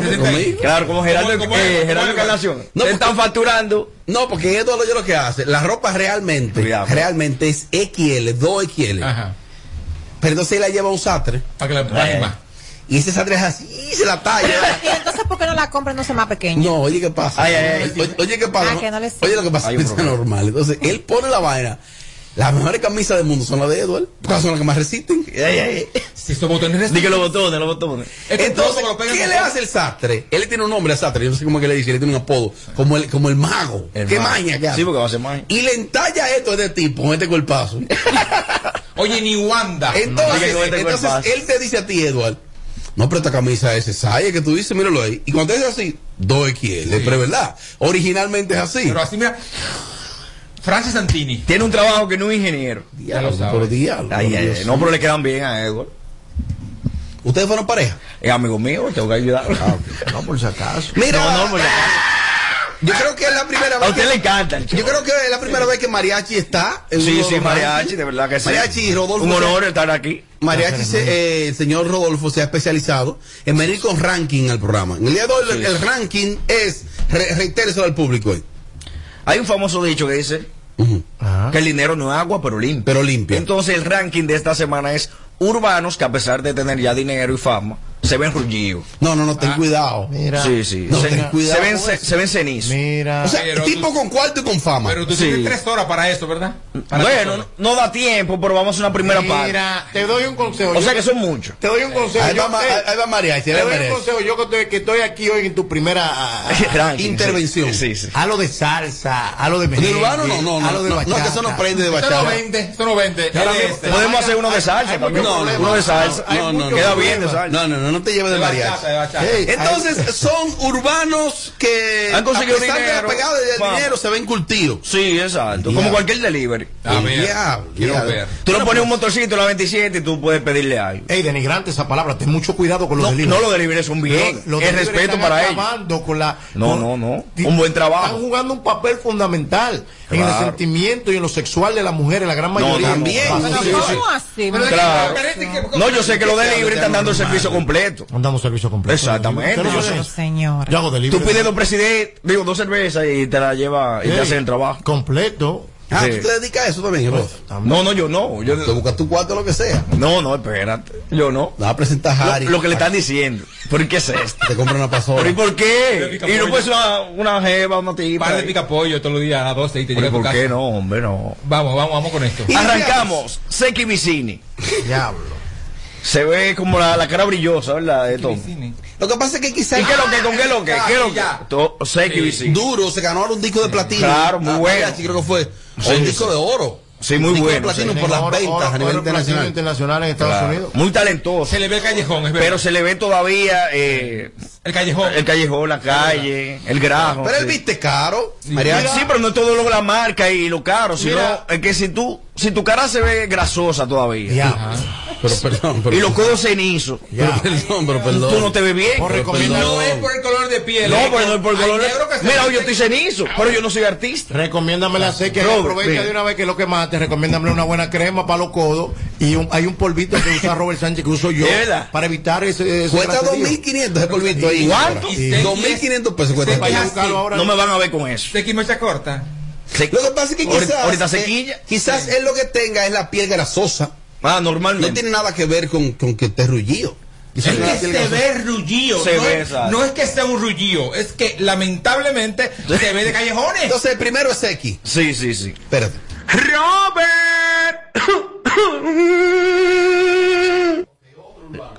Claro, como Gerardo, eh, Gerardo Encarnación.
No, están facturando. No, porque esto es lo que hace. La ropa realmente, realmente es XL, 2XL. Pero entonces la lleva a un sastre.
Eh.
Para que la pongan más.
Y ese sastre es así, y se la talla.
Y entonces, ¿por qué no la compra no sea más pequeña?
No, oye, ¿qué pasa?
Ay, ay, ay.
Oye, oye, ¿qué pasa?
Ah, que no le sirve.
oye, lo que pasa
Hay
es normal. Entonces, él pone la vaina. Las mejores camisas del mundo son las de Edward, porque son las que más resisten.
Si estos botones resisten.
Di que los botones, los botones. Entonces, ¿qué le hace el sastre? Él tiene un nombre al sastre, yo no sé cómo es que le dice, él tiene un apodo, como el, como el mago. ¿Qué
mago.
maña que hace?
Sí, porque
va a ser maña. Y le entalla esto a este tipo, con este cuerpazo.
Oye, ni Wanda.
Entonces, entonces, él te dice a ti, Edward, no, pero esta camisa es esa es que tú dices, míralo ahí. Y cuando es así, 2XL, pero es verdad. Originalmente es así. Pero
así, mira. Francis Santini.
Tiene un trabajo que no es ingeniero.
Diablo, pero diablo,
Ay, ay,
Dios.
no, pero le quedan bien a Edward.
¿Ustedes fueron pareja? Ah,
Es amigo mío, tengo que ayudarlo.
no, por si acaso.
Mira.
No, no, por si acaso.
Yo creo que es la primera vez.
A usted
que-
le encanta el show.
Yo creo que es la primera vez que Mariachi está. en
Sí,
uno
sí,
los
mariachi,
rankings.
de verdad que sí.
Mariachi y Rodolfo.
Un honor
se-
estar aquí.
Mariachi, se- eh, el señor Rodolfo se ha especializado en venir con ranking al programa. En el día de hoy, el,
Sí.
el ranking es. Re, reitéreselo al público hoy.
Hay un famoso dicho que dice que el dinero no es agua, pero limpia.
Pero limpia.
Entonces el ranking de esta semana es urbanos que a pesar de tener ya dinero y fama, se ven rullidos.
No, no, no, ten cuidado. Mira.
Sí, sí.
No,
se,
ten cuidado
se ven,
con
ce-
eso.
se ven cenizos.
Mira.
O sea,
Pero
tipo con cuarto y con fama.
Pero tú tienes tres horas para eso, ¿verdad? Para
Bueno,
tres
no, no da tiempo, pero vamos a una primera
Mira, te doy un consejo.
parte. O sea
Yo-
que son muchos.
Te
Eh,
doy un consejo.
Ahí
yo
va Ma-
sé-
ahí- ahí va Mariachi,
Te
ahí va
doy un
Mariachi.
consejo. Yo que estoy, que estoy aquí hoy en tu primera ah,
(laughs)
ah,
Ranking,
intervención.
sí, sí, sí.
A lo de salsa, a lo de merengue,
De urbano no, no,
a lo
no,
de
no, no,
bachata.
que eso no prende de
horas.
bachata.
Esto no vende, esto no vende.
Ya la
Es
vemos.
este.
Podemos
hacer uno de salsa.
No,
también.
no,
uno de salsa.
No, no, no.
Queda bien de salsa.
No, no, no, no te lleves de
De bachata,
mariachi.
de bachata.
Hey,
Hay-
Entonces, son urbanos que
Han conseguido
a pesar de
dinero.
la pegada del
Vamos.
dinero se ven curtidos.
Sí, exacto. Como
Diablo.
cualquier delivery.
Ah, mira. pues. Diablo, Quiero diablo. ver.
Tú le pones un motorcito a la 27 y tú puedes pedirle algo.
Ey, denigrante esa palabra, ten mucho cuidado con los
No,
delivery.
no los delivery son bien.
Los- los
es
delivery
respeto
están
para ellos.
acabando con la-
No,
con-
no, no. Un buen trabajo.
Están jugando un papel fundamental en el
Claro.
sentimiento y en lo sexual de las mujeres, la gran mayoría.
también.
Ah,
Pero
sí,
¿cómo
sí.
así?
Claro. No, yo sé que los delivery están dando el servicio completo.
Están dando servicio completo.
Exactamente.
Pero
yo
no
sé.
sé.
señor.
Yo hago delivery.
Tú pides dos presidentes, digo dos cervezas y te la lleva y
Ey,
te hacen el trabajo.
Completo. Pues,
Ah,
Sí.
tú te dedicas a eso también, bro.
No, no, yo no. Yo,
Te Ah, buscas tu cuarto lo que sea.
no, no, espérate. Yo no.
La vas a presentar a Harry.
Lo, lo que le están diciendo. ¿Por qué es esto?
Te compran una pasola.
¿Pero y por qué?
Pica
Y no
pollo.
puede ser una, una jeva, una tipa.
Par de pica pollo todos los días a las 12 y te llega a tu
¿Por
casa.
qué no, hombre? No.
Vamos, vamos, vamos con esto.
Arrancamos. Seki Vicini.
Diablo.
Se ve como la, la cara brillosa, ¿verdad? De Tom.
Lo que pasa es que quizás. Ah,
¿Y qué es lo que? ¿Con qué es lo que? ¿Qué es lo que?
Ya.
To- Seki
Eh,
Vicini.
eh, Duro, se ganó ahora un disco de platino.
Claro, muy
Ah,
bueno.
Mariachi, creo que fue. O
Sí,
un
sí.
disco de oro.
Sí, muy
Un disco de
bueno,
platino
sí.
por las
Oro-
ventas
oro-
a
oro
nivel
platino
internacional.
internacional en Estados
Claro.
Unidos.
Muy talentoso.
Se le ve el callejón, es verdad.
Pero se le ve todavía eh,
el callejón.
el callejón, la calle, el grajo.
Pero él
sí.
viste caro.
Mariachi,
Mariachi.
sí, pero no es todo lo la marca y lo caro, sino
Mira.
es que si tú, si tu cara se ve grasosa todavía
Diablo.
Pero perdón, pero.
y los codos cenizos,
Pero perdón, pero perdón.
tú no te ves bien.
Por
Pero
recomendación.
perdón.
No es por el color de piel.
no,
es
pero no es por
hay
color.
negro que se
Mira,
ve-
yo estoy cenizo, pero yo no soy artista.
Recomiéndame la seca
Robert,
aprovecha
mira.
de una vez que lo que mate, recomiéndame una buena crema para los codos y un- hay un polvito que usa Robert Sánchez que uso yo
¿Es verdad?
para evitar ese, ese
Cuesta
placerío.
2.500 ese polvito ahí.
¿Cuánto?
Sí. 2.500 pesos
Pues
cuesta.
Vaya a buscarlo ahora.
No me van a ver con eso.
Te quimo esa corta.
Se-
Lo que pasa es que
Ahorita-
quizás.
ahorita
eh,
se quilla.
Quizás él lo que tenga es la piel grasosa.
Ah,
No
normalmente.
tiene nada que ver con, con que esté rullido. Quizás
Es
la
que
piel
se
grasosa.
ve rullido.
Se
no,
ve,
es,
exacto.
no es que sea un rullido, es que lamentablemente se ve de callejones.
Entonces, el primero es X.
Sí, sí, sí.
Espérate.
Robert.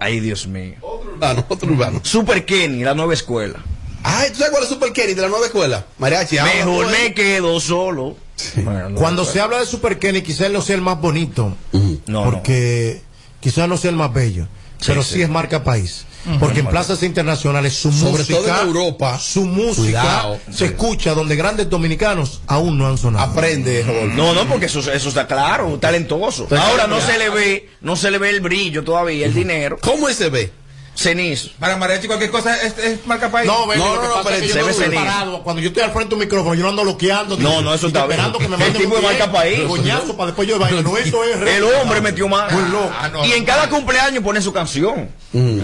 Ay, Dios mío.
Urbano, otro urbano.
Super Kenny, la nueva escuela.
Ay, ¿tú sabes cuál es Super Kenny de la nueva escuela? Mariachi. ah, ahora
Mejor
tú eres-
me quedo solo. Bueno, no,
Cuando se habla de Super Kenny, quizás él no sea el más bonito,
Mm.
no, no.
porque quizás no sea el más bello, pero sí,
sí.
es marca país. Porque en plazas internacionales su
Mm. Sobre
música,
todo en Europa.
su música
Cuidado.
se escucha donde grandes dominicanos aún no han sonado.
Aprende, Rodolfo.
No, no, porque eso, eso está claro, talentoso. Ahora no se le ve, no se le ve el brillo todavía, el dinero.
¿Cómo él se ve?
Cenizo.
Para mariachi cualquier cosa es, es marca país.
No, baby,
No,
lo
no,
que
no,
pasa
pero
es que
se
yo no
ve
estoy
senil.
parado. Cuando yo estoy al frente de un micrófono, yo no ando bloqueando.
No,
digo,
no, eso
y
está bien.
Esperando que me
El
manden
tipo
un
de marca
bien,
país.
coñazo,
(laughs)
para después yo bailar. No, eso es
El hombre metió más.
Muy loco.
Ah, no,
y en
no,
cada
no.
cumpleaños pone su canción.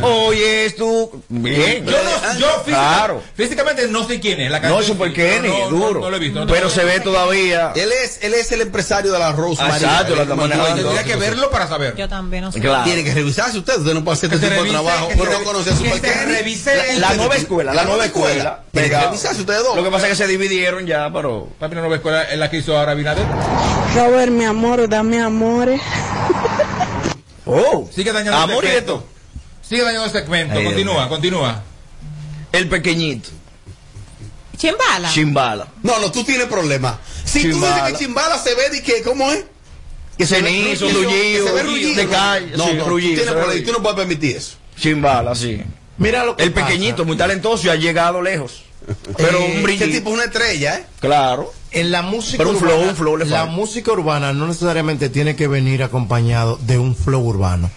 Hoy es tu. Mm. Bien. Ah,
Yo, no, yo física-
Claro.
físicamente no sé quién es. La
No
canción-
super Kenny,
no, no,
duro.
no lo he visto, Ah, no
pero
tengo-
se ve todavía.
Él es, él es el empresario de la Rosemary.
Exacto, la está manejando.
Tendría que verlo
para saber.
Yo también, no sé.
Claro. Tiene que revisarse usted, usted no puede hacer este tipo de trabajo. Porque no conoce a su
La, nueva escuela.
La nueva escuela. Tiene que
Pegado.
revisarse ustedes dos.
Lo que pasa es que se dividieron ya, pero.
Papi, la nueva escuela es la que hizo ahora Binader.
Robert, mi amor, dame amores.
Oh,
sigue dañando
amor
el
y
segmento. Sigue dañando el segmento.
Ay, Dios
continúa,
mío.
continúa.
El pequeñito.
Chimbala.
Chimbala.
No, no, tú tienes problemas. Si tú dices que Chimbala se ve, di que, ¿cómo es?
Que cenizo,
que Se ve
rullido,
rullido.
de calle,
No,
sí,
no,
rullido,
tú,
se
tienes
ve
problemas, tú no puedes permitir eso.
Chimbala, sí.
Mira lo
El pequeñito, muy talentoso y ha llegado lejos. Pero
Eh,
un brillo.
ese tipo
es una estrella, ¿eh?
Claro.
En la música
Pero un
urbana,
flow, un flow le
la
falta.
música urbana no necesariamente tiene que venir acompañado de un flow urbano.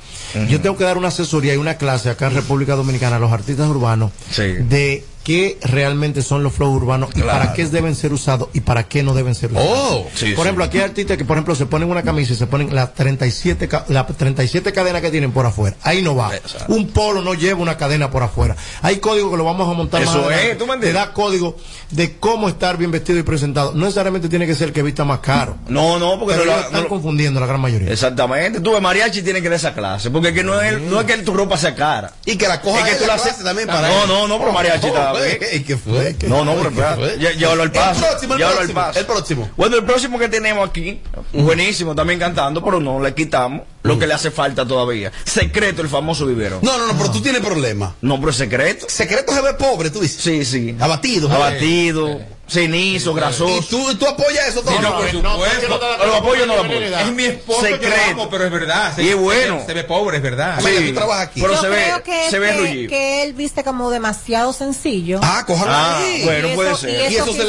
Yo tengo que dar una asesoría y una clase acá en República Dominicana a los artistas urbanos de qué realmente son los flows urbanos y
Claro.
para qué deben ser usados y para qué no deben ser usados.
Oh. Sí,
por
sí.
ejemplo, aquí hay artistas que, por ejemplo, se ponen una camisa y se ponen las 37, ca- las 37 cadenas que tienen por afuera. Ahí no va. Un polo no lleva una cadena por afuera. Hay código que lo vamos a montar más
Eso es,
adelante.
tú me
Te
entiendes.
da código de cómo estar bien vestido y presentado. No necesariamente tiene que ser el que vista más caro.
No, no, porque
Pero
no lo-
ellos están
no lo-
confundiendo la gran mayoría.
Exactamente. Tú, el mariachi tiene que dar esa clase. Porque es que no, es, no es que tu ropa sea cara.
Y que la coja
es que
él
tú
la
la haces-
clase también para
No,
él.
no, no, pero mariachi está
Oh,
bien.
¿qué- ¿Qué fue? ¿Qué
No, no,
fue?
pero
¿Qué
espera,
fue?
ya- llévalo al paso.
El próximo, el
Llévalo al
próximo.
paso.
El próximo.
Bueno, el próximo que tenemos aquí, buenísimo, también cantando, pero no le quitamos lo que le hace falta todavía. Secreto, el famoso vivero.
No, no, no, pero tú tienes problemas.
No, pero secreto.
Secreto se ve pobre, tú dices.
Sí, sí.
Abatido. ¿eh?
Abatido, cenizo, grasoso.
¿Y tú, tú apoyas eso todo?
Sí, no, por
Pues,
supuesto.
no te la-
Lo apoyo o no lo apoyo.
Es mi esposo que lo
Secreto.
amo, pero es verdad.
Y es bueno.
Se ve pobre, es verdad.
Sí. Mira, tú trabajas aquí. Pero
Yo
se ve-
creo que,
se
es
ve
que-
rullido.
que él viste como demasiado sencillo.
Ah, cójalo
Ah,
ahí.
bueno,
Y
puede
eso-
ser.
y eso quizás-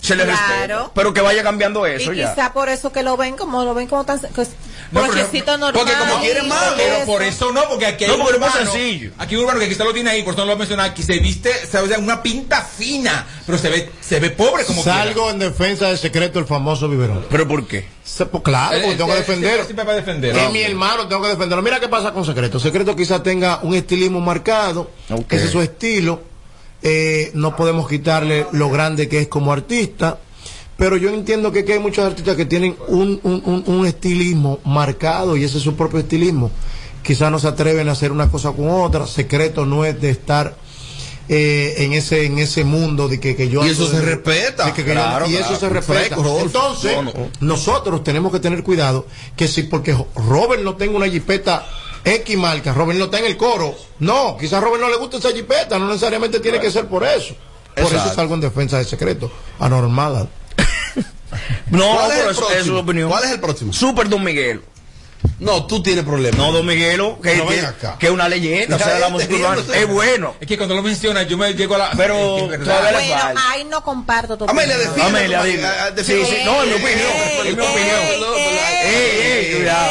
Se le
Claro.
respeta. Pero que vaya cambiando eso
y
ya.
quizá por eso que lo ven como lo ven como tan que es brochecito normal.
Pero por eso no, porque aquí hay
No,
un
porque es más
urbano-
sencillo.
Aquí hay un urbano que quizá lo tiene ahí, por eso no lo he mencionado, que se viste, se ve una pinta fina, pero se ve, se ve pobre como
Salgo en defensa del secreto el famoso biberón. pues,
¿Pero por qué?
claro, porque
Eh,
tengo que
eh,
defender.
siempre va a defender.
Es
No.
mi hermano, tengo que defenderlo. Mira qué pasa con Secreto. Secreto quizás tenga un estilismo marcado, ese es su estilo. Eh, no podemos quitarle lo grande que es como artista. Pero yo entiendo que, que hay muchos artistas que tienen un, un- un- un estilismo marcado y ese es su propio estilismo. Quizás no se atreven a hacer una cosa con otra. Secreto no es de estar eh, en ese en ese mundo de que, que yo
Y eso
ando de-
se respeta.
de que- que yo-
Claro,
y eso
claro.
se respeta
Fresco, Rodolfo.
entonces
No, no.
nosotros tenemos que tener cuidado que si porque Robert no tenga una jipeta X marca, Robert no está en el coro. No, quizás a Robert no le gusta esa jipeta, no necesariamente tiene que ser por eso. Por eso
Exacto.
salgo en defensa de secreto, anormada.
No,
¿Cuál es el
pero es, es su
próximo?
opinión.
¿Cuál es el
próximo?
Super Don Miguelo.
No, tú tienes problemas.
No, Don Miguelo, que,
Pero ven
tiene-
acá.
que es una leyenda, o sea, la música urbana. Es bueno.
Es que cuando lo mencionas, yo me llego a la. Pero.
Bueno, ah, ahí no comparto tu
Amelia,
opinión.
define Amelia, tu- dime. a- define-
Sí, sí.
No, es mi opinión. Es mi opinión. Ey, ey, cuidado.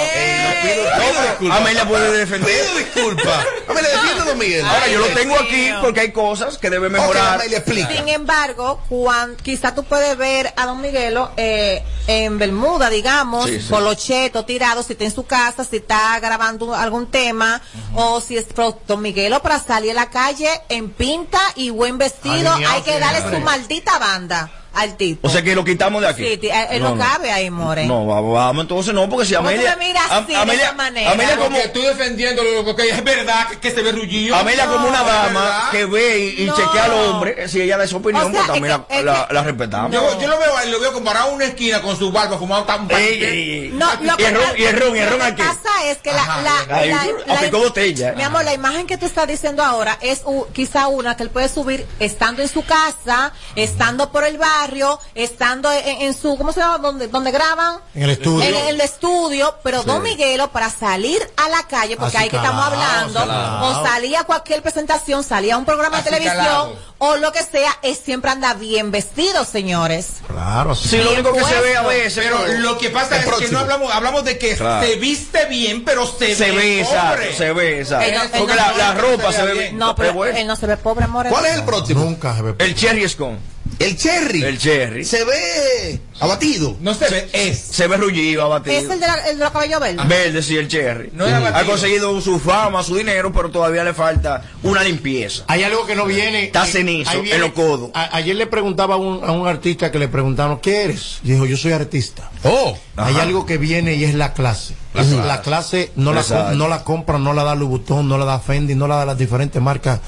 Amelia puede defender.
Pido disculpas. Amelia, defiende a Don Miguel.
Ahora, yo lo
Dios
tengo aquí
mío.
porque hay cosas que debe mejorar.
Sin embargo, cuan, quizá tú puedes ver a Don Miguelo eh, en Bermuda, digamos,
Sí, sí.
colocheto, tirado, si está en su casa, si está grabando algún tema, o si es pro- Don Miguelo para salir a la calle en pinta y buen vestido,
Alineado,
hay que
sí,
darle
claro.
su maldita banda al tipo.
O sea que lo quitamos de aquí.
Sí, ti- eh, eh, no cabe ahí, more.
No, va- vamos entonces no, porque si
¿Cómo tú
Amelia.
me miras
Am-
así, de esa manera?
Amelia como.
Porque
Tú defendiendo lo que es verdad, que, que se ve rullido.
Amelia como una
No, es
dama
verdad.
que ve y, y
No.
chequea al hombre, eh, si ella da su
O
opinión,
sea,
pues también
es que-
la,
es
la-
que-
la respetamos.
Yo, yo lo veo ahí, lo veo comparado a una esquina con su barba fumado tan
Ey, ey, ey.
No, lo
y
que
el ron,
pa-
y el ron, y el ron
Lo que
aquí.
pasa es que la,
Ajá,
la,
ahí,
la-
a
la-
picó botella.
Mi amor, la imagen que tú estás diciendo ahora es u- quizá una que él puede subir estando en su casa, estando por el barrio, estando e, en, en su, ¿cómo se llama? Donde, donde graban.
En el estudio.
En, el estudio, pero
Sí.
Don Miguelo para salir a la calle, porque ahí que estamos
Acicalado,
hablando,
acicalado.
o salía a cualquier presentación, salía a un programa de televisión,
Acicalado.
o lo que sea, es siempre anda bien vestido, señores.
Claro,
Sí, lo único que se ve a veces,
Pero
pero-
lo que pasa
El
es que
próximo.
no hablamos, hablamos de que
Claro.
se viste bien, pero se,
Se ve, exacto,
pobre.
se ve, exacto.
Él no- él
Porque
no
la,
se
la
ve-
ropa
no
se ve
bien. No, pero
es bueno.
él no se ve pobre, amor.
¿Cuál es el próximo?
Nunca se ve
El Cherry Scone.
El cherry.
El cherry.
Se ve abatido.
No se ve, es.
Se ve rullido, abatido.
Es el de, la- el de los cabellos verdes.
Verde, sí, el cherry.
Ah. No es abatido.
Ha conseguido su fama, su dinero, pero todavía le falta una limpieza.
Hay algo que no viene.
Está
eh, ahí
cenizo
viene-
en los codos.
A- ayer le preguntaba a un, a un artista que le preguntaron, ¿qué eres? Y dijo, yo soy artista.
Oh.
Hay algo que viene y es la clase.
La
Ujú.
clase.
La clase no la,
Exacto.
com- no la compra, no la da Louboutin, no la da Fendi, no la da las diferentes marcas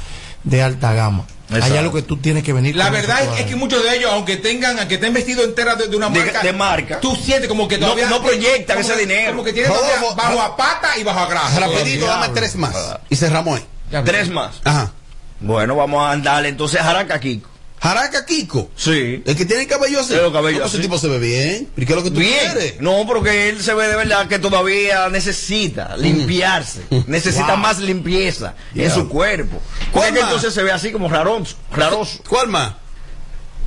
de alta gama. Hay
Exacto.
algo que tú tienes que venir.
La
con eso
verdad es,
todavía.
que muchos de ellos, aunque tengan, aunque estén vestidos enteras de, de una
De-
marca,
de marca.
tú sientes como que
No-
todavía
no proyectan
como
ese
que-
dinero.
como que tienen todavía
Rodolfo,
bajo
Ro-
a pata y bajo a grasa.
Rapidito, dame tres más. Y cerramos ahí.
Tres más.
Ajá.
Bueno, vamos a andarle entonces a Jaraca Kiko.
Jaraca Kiko.
Sí.
El que tiene cabello así.
Tiene los cabellos
No, pues
así.
Ese tipo se ve bien. ¿Y qué es lo que tú
Bien.
quieres?
No, porque él se ve de verdad que todavía necesita limpiarse. Necesita
Mm. (laughs) Wow.
más limpieza
Yeah.
en su cuerpo.
¿Cuál
Porque es que
más?
entonces se ve así como raronzo, raroso.
¿Cuál más?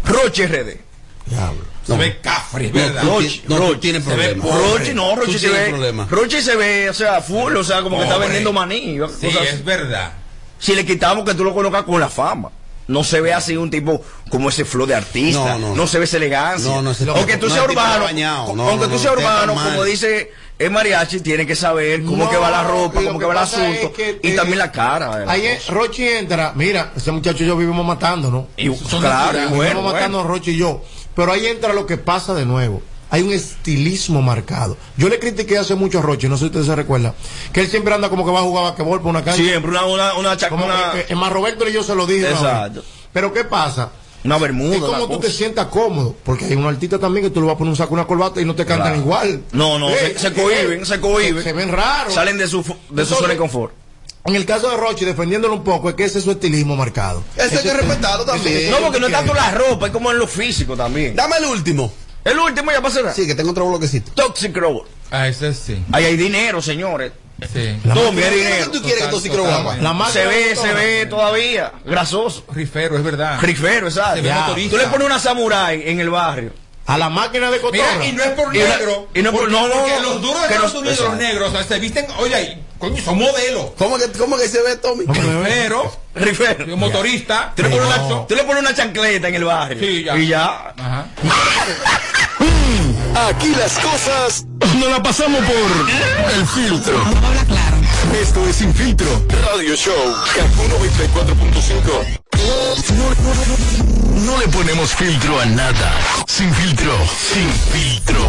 Roche RD.
No.
cafre,
No, tú
Roche,
ti- no, tú
Roche.
tienes
Se ve
problemas.
pobre. Roche, no,
Tú
Roche se
tienes
ve.
problemas.
Roche se ve, o sea, full, o sea, como que está
Pobre.
vendiendo maní.
Sí,
cosas así.
es verdad.
Si le quitamos que tú lo conozcas con la fama. No se ve así un tipo como ese flow de artista.
No,
No,
no.
se ve esa elegancia.
No, no, ese tipo-
aunque tú
no,
seas
el tipo está
urbano,
bañado.
co-
No,
aunque
no,
tú
no,
seas
usted está
urbano,
mal.
como dice el mariachi, tiene que saber cómo
No,
que va la ropa,
y lo
cómo que
que
va el
pasa es
asunto
que,
y
eh,
también la cara. eh, la
Ahí
cosa.
es, Rochi entra, mira, ese muchacho y yo vivimos matando, ¿no?
Y- claro, y
vivimos
bueno,
matando
bueno.
Rochi y yo. Pero ahí entra lo que pasa de nuevo. Hay un estilismo marcado. Yo le critiqué hace mucho a Rochi, no sé si ustedes se recuerdan, que él siempre anda como que va a jugar basquetbol por una cancha.
Siempre una una una, cha-
Como
una-
que- que- más Roberto y yo se lo dije. una vez.
Exacto.
Pero ¿qué pasa?
Una bermuda,
Es como
una
tú
cosa.
te sientas cómodo, porque hay un artista también que tú le vas a poner un saco, una corbata y no te cantan
Claro.
igual.
No, no,
Eh,
se, se cohiben,
eh,
se cohiben.
Se, se ven raros.
Salen de su, fu- de su
Entonces,
zona de confort.
En el caso de Rochi, defendiéndolo un poco, es que ese es su estilismo marcado.
Eso hay que respetarlo también.
No, porque no es tanto la ropa, es como en lo físico también.
Dame el último.
El último ya pasará.
Sí, que tengo otro bloquecito.
Toxic Robot.
Ah, ese sí.
Ahí hay dinero, señores.
Sí.
Tome,
¿Qué
hay
es
dinero.
lo que tú quieres que
Total,
Toxic Robot haga?
totalmente.
La marca
Se ve,
de
se ve todavía. Grasoso.
Rifero, es verdad.
Rifero, exacto.
Se ve
Ya.
motorista.
Tú le pones una samurai en el barrio.
A la máquina de cotorra.
Mira, y no es por
Y no-
negro.
y no por-
porque,
no, no,
porque
no,
los duros de
que
Estados
no-
Unidos,
exacto.
los negros, o sea, se visten, oye, y, coño, son modelos.
¿Cómo que, ¿Cómo que se ve, Tommy?
Rifero,
Rifero.
motorista,
Tú le pones
no.
una, tú le pones una chancleta en el barrio.
Sí, ya.
Y ya.
Aquí las cosas no la pasamos por el filtro. Esto es Sin Filtro. Radio Show Kakuno 24.5. No, no, no, no, no le ponemos filtro a nada. Sin filtro. Sin filtro.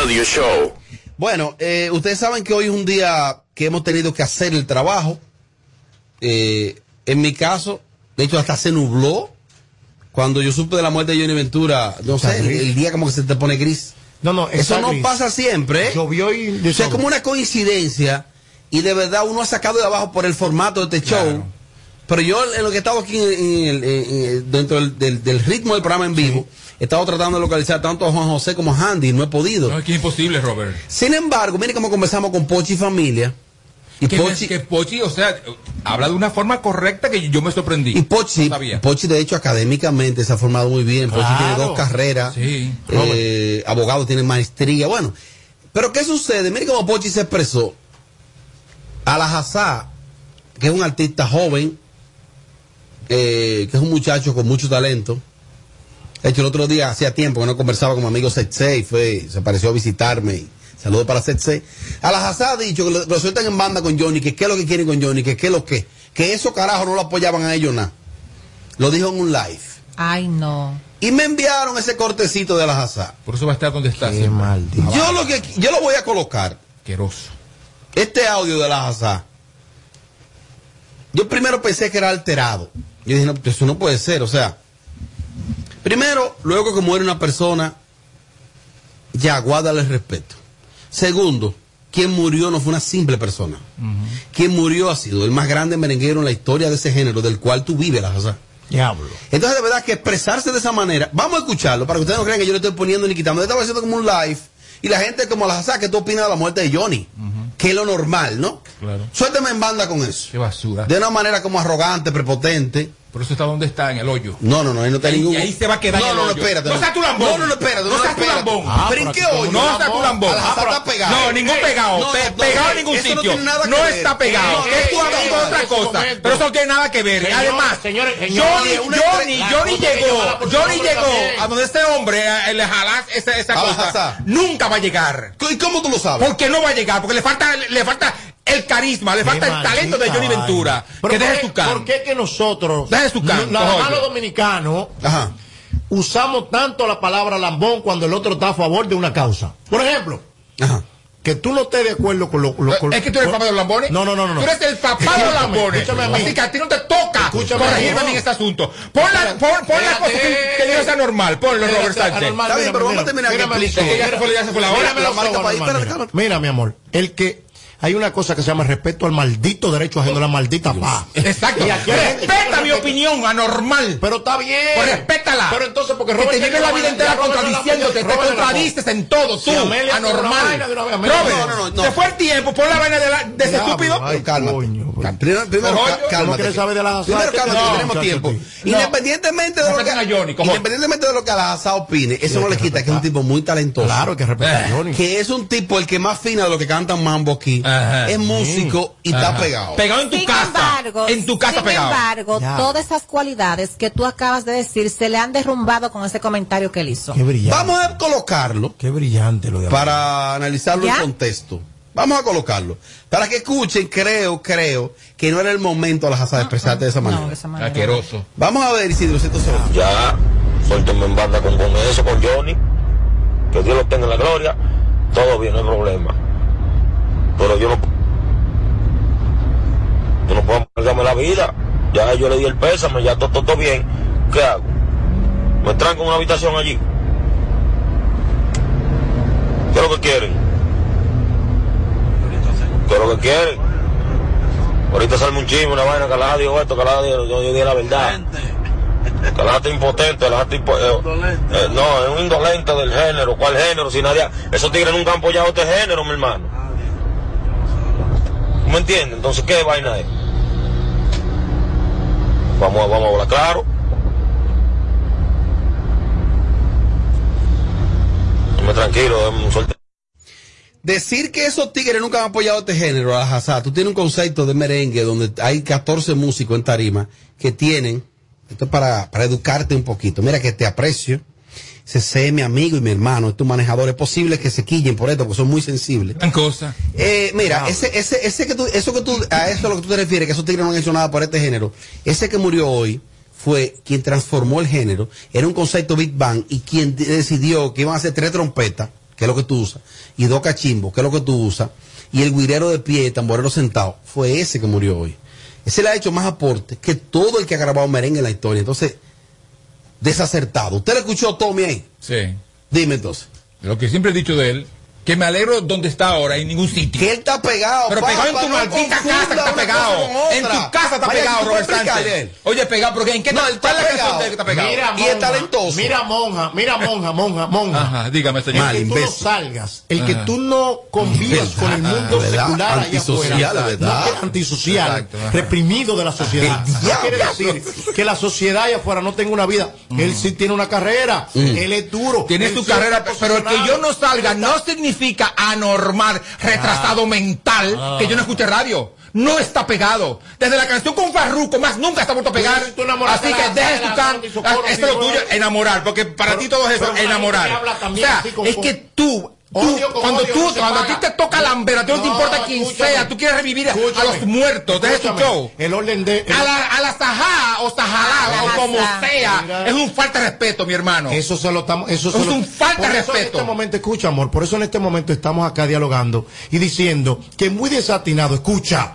Radio Show.
Bueno, eh, ustedes saben que hoy es un día que hemos tenido que hacer el trabajo. Eh, en mi caso, de hecho, hasta se nubló. Cuando yo supe de la muerte de Johnny Ventura, no
Está
sé, el,
gris.
el día como que se te pone gris.
No, no,
Eso
está
no
gris.
pasa siempre. ¿eh?
Llovió y.
O sea, es como una coincidencia. Y de verdad uno ha sacado de abajo por el formato de este show. Pero yo, en lo que he estado aquí en el- en el- dentro del, del- del ritmo del programa en vivo, he estado tratando de localizar tanto a Juan José como a Handy. No he podido.
No, es que es imposible, Robert.
Sin embargo, mire cómo conversamos con Pochi y familia. Y
que,
Pochi,
que Pochi, o sea, habla de una forma correcta que yo me sorprendí.
y Pochi,
No sabía.
Pochi, de hecho, académicamente se ha formado muy bien. Pochi
Claro.
tiene dos carreras.
Sí.
Eh, abogado, tiene maestría. Bueno, pero ¿qué sucede? Mire cómo Pochi se expresó. Alajazá, que es un artista joven, eh, que es un muchacho con mucho talento. De hecho, el otro día hacía tiempo que no conversaba con mi amigo Setsei, fue, se pareció a visitarme. y Saludos para Setsei. Alajazá ha dicho que lo, lo sueltan en banda con Johnny, que qué es lo que quieren con Johnny, que qué es lo que. Que esos carajos no lo apoyaban a ellos nada. Lo dijo en un live.
Ay, no.
Y me enviaron ese cortecito de Alajazá.
Por eso va a estar donde está. Qué
Yo lo, que, yo lo voy a colocar.
Asqueroso.
este audio de la Hazá, yo primero pensé que era alterado. Yo dije, no, pues eso no puede ser. O sea, primero, luego que muere una persona, ya guárdale el respeto. Segundo, quien murió no fue una simple persona. Quien murió ha sido el más grande merenguero en la historia de ese género, del cual tú vives, la Hazá.
Diablo.
Entonces, de verdad que expresarse de esa manera, vamos a escucharlo para que ustedes no crean que yo le estoy poniendo ni quitando. Yo estaba haciendo como un live y la gente como la sabe que tú opinas de la muerte de Johnny, que es lo normal, ¿no?
Claro.
Suélteme en banda con eso.
Qué basura.
De una manera como arrogante, prepotente.
Por eso está donde está, en el hoyo.
No, no, no, ahí no está
Y-
ningún.
Y ahí se va a quedar.
No,
en el
no, no,
hoyo.
espérate.
No seas tu lambón.
No, no, no, espérate.
No seas tu
espérate.
lambón.
Ah, ¿Pero en qué hoyo?
No seas tu lambón.
Al azar
Ah,
está pegado.
No, ningún
Ey,
pegado.
no,
Pe-
no,
pegado en
ey,
ningún
eso no
sitio.
tiene nada que
No
ver.
está pegado.
Ey,
Es tu
ey,
amigo
ey,
otra
ese
cosa.
momento.
Pero eso no tiene nada que ver.
Señor,
Además,
señores,
Johnny,
señores, una
Johnny,
entre-
Johnny
la cosa que
llegó.
lleva la policía
Johnny
por la
llegó
piel.
a donde este hombre eh, le jalás esa, esa
Al
cosa.
azar.
Nunca va a llegar.
¿Y cómo tú lo sabes?
Porque no va a llegar. Porque le falta, le falta el carisma, le falta el talento de Johnny
maldita
Ventura.
vaina.
Que
Pero
deje
¿por
su
qué-
cara.
¿Por qué que nosotros,
Deje su canto,
no- nada más
oye.
los dominicanos, usamos tanto la palabra lambón cuando el otro está a favor de una causa? Por ejemplo, que tú no estés de acuerdo con lo, lo- con-
Eh, Es que tú eres el papá de los lambones.
No, no, no, no. no.
Tú eres el papá de los
Escúchame,
lambones.
escúchame a mí.
Así que a ti no te toca
Escúchame
corregirme
a
a
mí.
mí en este asunto. Pon la, pon, pon la cosa que, que yo sea normal. Ponlo,
Espérate,
Robert Sánchez.
anormal, mírame, mírame, mírame
Es
los ojos.
que ya se fue, ya se fue la hora.
Mírame los ojos, anormal, mira. Mira, mi amor, el que hay una cosa que se llama respeto al maldito derecho ajeno, la maldita paz.
Exacto.
Y aquí-
Respeta mi opinión anormal.
Pero está bien.
Pues respétala.
Pero entonces, porque
que
Robert
te lleve la vida
Sánchez-
entera
Robert Sánchez-
contradiciéndote, te
Robert Sánchez-
contradices en todo, tú,
Si Amelia hace una
anormal.
vaina de una vez, Amelia-
Robert,
No, no, no, no.
se fue el tiempo, pon la vaina de, la, de ese
Diablo,
estúpido.
ay, coño. pues.
Primero, primero
Coño,
ca-
¿tú no
cálmate.
quieres saber de las
primero
hazañas?
cálmate, que
No,
tenemos
muchacho,
tiempo.
tío.
Independientemente de
No
lo que
saquen a Johnny, cojón.
independientemente de lo que Alaza opine, eso
hay
no le
que
quita que es un tipo muy talentoso. Eh,
Claro, hay que respetar a Johnny.
Que es un tipo el que más fina de lo que cantan mambo aquí. Es músico y está
Ajá.
pegado.
Pegado en tu
sin
casa.
Embargo,
en tu casa
sin
pegado.
embargo,
Ya.
todas esas cualidades que tú acabas de decir se le han derrumbado con ese comentario que él hizo.
Qué brillante.
Vamos a colocarlo.
Qué brillante lo de
Para analizarlo
¿Ya?
en contexto. Vamos a colocarlo. Para que escuchen, creo, creo que no era el momento a
Ah,
las de expresarte de esa manera.
Asqueroso.
Vamos a ver, Isidro, si esto se oye.
Ya, suélteme en banda con, con eso, con Johnny. Que Dios lo tenga en la gloria. Todo bien, no hay problema. Pero yo no, yo no puedo amargarme la vida. Ya yo le di el pésame, ya todo, todo, todo bien. ¿Qué hago? Me tranco en una habitación allí. ¿Qué es lo que quieren? ¿Qué es lo que quieren? Ahorita salme un chisme, una vaina, calada dijo esto, calada dijo, yo, yo dije la verdad. Calada impotente, la impotente. eh, no, es un indolente del género. ¿Cuál género? Si nadie. Esos tigres nunca han apoyado este género, mi hermano. ¿Tú ¿Me entiendes? Entonces, ¿qué vaina es? Vamos, a- vamos a hablar claro. Déjame tranquilo, déjame suerte.
Decir que esos tigres nunca han apoyado este género, Alhazá, tú tienes un concepto de merengue donde hay 14 músicos en tarima que tienen, esto es para, para educarte un poquito, mira que te aprecio, ese es mi amigo y mi hermano, es tu manejador, es posible que se quillen por esto porque son muy sensibles.
En cosa.
Eh, mira, ese, ese, ese que tú, eso que tú, a eso a lo que tú te refieres, que esos tigres no han hecho nada por este género, ese que murió hoy fue quien transformó el género, era un concepto Big Bang y quien de- decidió que iban a hacer tres trompetas, que es lo que tú usas, y dos cachimbos, que es lo que tú usas, y el guirero de pie, tamborero sentado, fue ese que murió hoy. Ese le ha hecho más aporte que todo el que ha grabado merengue en la historia. Entonces, desacertado. ¿Usted le escuchó Tommy ahí?
Sí.
Dime entonces.
Lo que siempre he dicho de él, que me alegro donde está ahora, en ningún sitio.
Que él está pegado.
Pero
papá,
pegado en tu
no confunda
maldita casa que está
una cosa
pegado.
con
En
otra.
tu casa está
Vaya,
pegado,
¿tú puedes
Robert
explicarle a
Sánchez.
él?
Oye, pegado, porque en qué
No,
tal
él está
cuál es la
pegado.
canción de él que está pegado.
Mira, monja, Mira, monja, mira, monja, monja, monja.
Ajá, dígame, señor.
El que tú no
Ah, imbécil.
salgas, el que
Ajá.
tú no convivas con el mundo
¿Verdad?
secular allá
Antisocial,
afuera,
¿verdad?
no, que- antisocial,
Exacto, ajá.
reprimido de la sociedad.
El
Eso
diablo.
quiere decir que la sociedad allá afuera no tenga una vida. Él sí tiene una carrera, él es duro.
Mm. Tiene
él
tu
sí es
carrera, pero el que
profesional.
yo no salga no significa anormal, retrasado mental, que yo no escuche radio. No está pegado. Desde la canción con Farruko, más nunca está vuelto a pegar.
Pero si tú enamoraste
Así
a
que
la-
dejes
a la-
tu
a la- y
canto.
socorro,
Esto Ah, es lo
mi
tuyo,
brother.
enamorar. Porque para
Pero-
ti todo eso
pero
es
hay gente
enamorar.
que habla
O
también
sea,
así con-
es que tú. tú,
Odio con
cuando
odio
tú,
no se
cuando a ti
paga.
te toca la ambera, tú no, te
No,
importa quién
escúchame.
sea, tú quieres revivir a- a
Escúchame.
los muertos, dejes tu
Escúchame.
show.
El orden de. el-
A la, a la sajá o sajalá
Ajá.
o como sea,
Mira.
es un falta de respeto, mi hermano.
Eso se lo estamos. Eso se
Es
lo-
un falta
Por
de
eso
respeto.
En este momento, escucha, amor. Por eso en este momento estamos acá dialogando y diciendo que muy desatinado, escucha.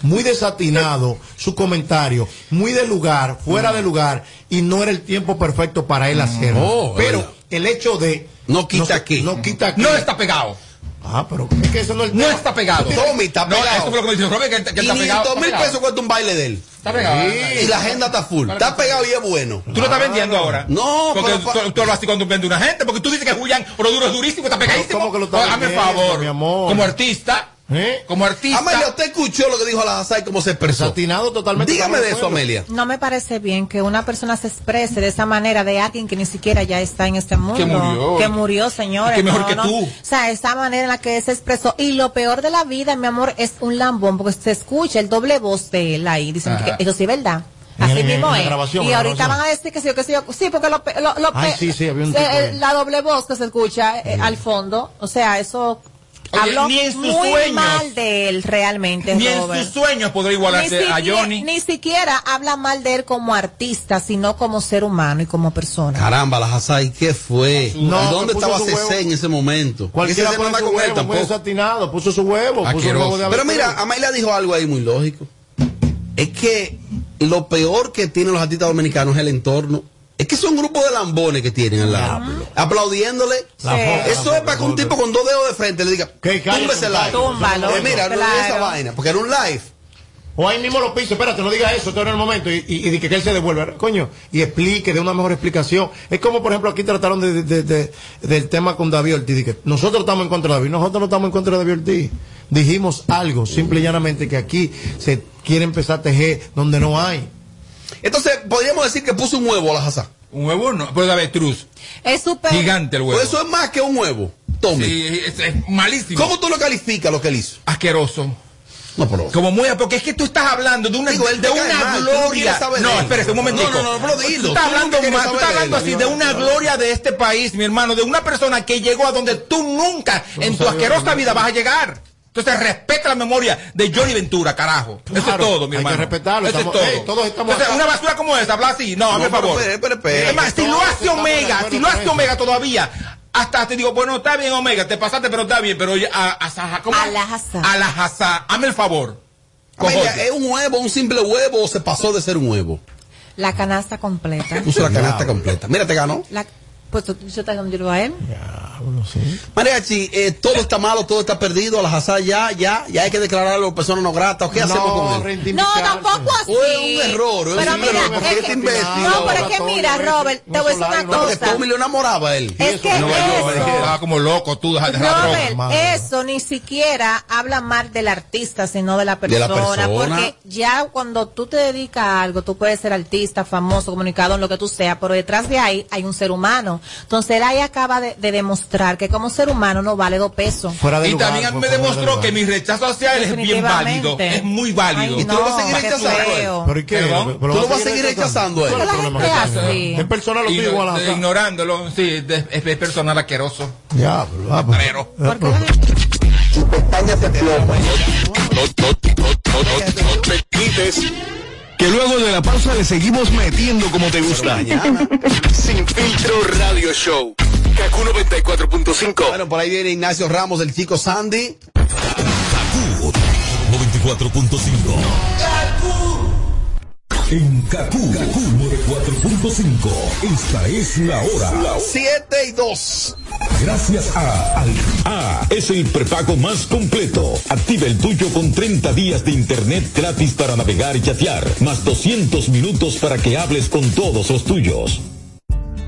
Muy desatinado su comentario, muy de lugar, fuera de lugar, y no era el tiempo perfecto para él hacerlo.
Oh,
Pero
verdad.
el hecho de.
No quita
se-
aquí.
No quita aquí.
No está pegado.
Ah, pero es que eso no es el
No
tema.
está pegado.
Tommy está
No,
pegado.
eso fue lo que me dijo Robert, que él- que él está
500
pegado. Está
mil
pegado.
pesos cuesta un baile de él.
Está pegado.
Y la agenda está full. Está pegado y es bueno.
Tú lo estás vendiendo ahora.
No,
porque
pero-
tú, tú lo haces cuando vende una gente. Porque tú dices que Julián Roduro es durísimo, está pegadísimo.
¿Cómo que lo estás
Hazme el
vendiendo,
favor.
mi amor?
Como artista, Como artista.
Amelia, usted escuchó lo que dijo la y cómo se expresó.
totalmente
Dígame
con
de
el
eso,
pueblo.
Amelia.
No me parece bien que una persona se exprese de esa manera de alguien que ni siquiera ya está en este mundo.
Que murió.
Que murió, señores.
Y que mejor
No,
que
no.
tú.
O sea, esa manera en la que se expresó. Y lo peor de la vida, mi amor, es un lambón, porque se escucha el doble voz de él ahí. Dicen
Ajá.
que eso sí es verdad.
En-
Así
en- en
mismo
la
es.
grabación, en
y
la
ahorita
grabación.
van a decir que sí, que sí, sí, porque lo, pe- lo, lo
Ay,
pe-
sí, sí, había un
se-
tipo de-
la doble voz que se escucha eh, al fondo, o sea, eso
Oye,
habló
ni en sus
muy
sueños.
mal de él realmente,
Ni en
Robert.
sus sueños podrá igualarse
Ni siquiera-
a Johnny.
Ni siquiera habla mal de él como artista, sino como ser humano y como persona.
Caramba, la Hasai, ¿qué fue?
No,
¿Y dónde
que puso
estaba
su huevo.
Cese en ese momento?
Cualquiera
Ese no
pone
anda
su
con él
huevo, muy
tampoco.
desatinado, puso su huevo, puso su huevo de
Asqueroso. Pero mira,
avestruz.
Amaila dijo algo ahí muy lógico. Es que lo peor que tienen los artistas dominicanos es el entorno. Es que son grupos de lambones que tienen al lado. Aplaudiéndole.
La foca,
Eso es para que un tipo con dos dedos de frente le diga, túmbese el live.
Túmbalo.
Eh, mira, no
Claro.
esa vaina, porque era un live.
O ahí mismo lo piso, espérate, no diga eso, todo en el momento, y, y, y di que, que él se devuelva, coño, y explique, de una mejor explicación. Es como, por ejemplo, aquí trataron de, de- de- del tema con David Ortiz, di que nosotros estamos en contra de David, nosotros no estamos en contra de David Ortiz. Dijimos algo, simple y llanamente, que aquí se quiere empezar a tejer donde no hay.
Entonces, podríamos decir que puso un huevo a la Hassan.
Un huevo no, pero de avestruz.
Es súper.
Gigante el huevo.
Pues eso es más que un huevo. Tommy.
Sí, es, es malísimo.
¿Cómo tú lo calificas lo que él hizo?
Asqueroso.
No, pero.
Como muy. Porque es que tú estás hablando de una,
Digo, él te
de
cae
una
mal, tú no quieres
gloria.
saber de
No,
él.
espérate un momentico.
No, no, no, pero dilo.
Tú estás
Tú no
hablando,
quieres
mal, tú
saber
estás
de
hablando
él.
así de una gloria de este país, mi hermano. De una persona que llegó a donde tú nunca en tu
sabía
asquerosa
nada.
vida vas a llegar. Entonces respeta la memoria de Johnny Ventura, carajo. Eso es
Claro,
todo, mi
hay que
hermano.
respetarlo,
Eso
estamos-
es todo.
ey, todos estamos
Entonces,
acá.
una basura como esa, habla así. No, hazme
No, pero
favor.
espere, espere, espere.
Es más, si lo
Todos
hace
estamos de
Omega,
acuerdo
si lo
con
hace
eso.
Omega todavía. Hasta te digo, bueno, está bien, Omega, te pasaste, pero está bien, pero oye, a, a, Saja- ¿cómo?
A la Hassan.
A la Hassan, hazme el favor.
Amelia, eh,
Cojote.
¿es un huevo, un simple huevo o se pasó de ser un huevo?
La canasta completa.
Puso la canasta completa. Mira, te ganó.
La- pues tú- yo te yo lo a él.
Mariachi, eh, todo está malo, todo está perdido, a la Hassan ya, ya, ya hay que declararlo persona no grata. ¿Qué hacemos con él?
No, tampoco así.
Oye, es un error, es
Pero
un
mira,
error, porque
es
este
que-
imbécil
No,
ahora
pero es que
todo
mira, Robert, te voy a decir una
No, porque
cosa.
Tommy lo enamoraba él.
Es que
No,
eso-
me dijeron.
Estaba como loco tú, deja- deja la droga.
Robert, eh, eso ni siquiera habla mal del artista, sino de la
De la
persona,
persona.
Porque ya cuando tú te dedicas a algo, tú puedes ser artista, famoso, comunicador, lo que tú seas, pero detrás de ahí hay un ser humano. Entonces él ahí acaba de, de demostrar que como ser humano no vale dos pesos.
y también me demostró que mi rechazo hacia él es bien
Definitivamente.
válido, es muy válido.
Ay,
¿Y tú lo vas a seguir
qué
rechazando a él?
feo.
Pero ¿y qué?
Perdón.
Pero
¿Tú lo vas a seguir rechazando a
¿Cuál es
él?
el
La gente
problema que
hace.
tiene? Es personal lo
Igno-
tuyo igual a la Hassan.
eh, Ignorándolo, sí, de- es, es personal asqueroso.
Ya, ah, pues.
Pero.
pues. No te quites. Que luego de la pausa le seguimos metiendo como te gusta. Sin filtro radio show. Kaku 94.5.
Bueno, por ahí viene Ignacio Ramos, el chico Sandy.
94.5. En Kaku, Kaku 94.5. Esta es la hora.
7 y 2.
Gracias a Alfa. Es el prepago más completo. Activa el tuyo con 30 días de internet gratis para navegar y chatear. Más 200 minutos para que hables con todos los tuyos.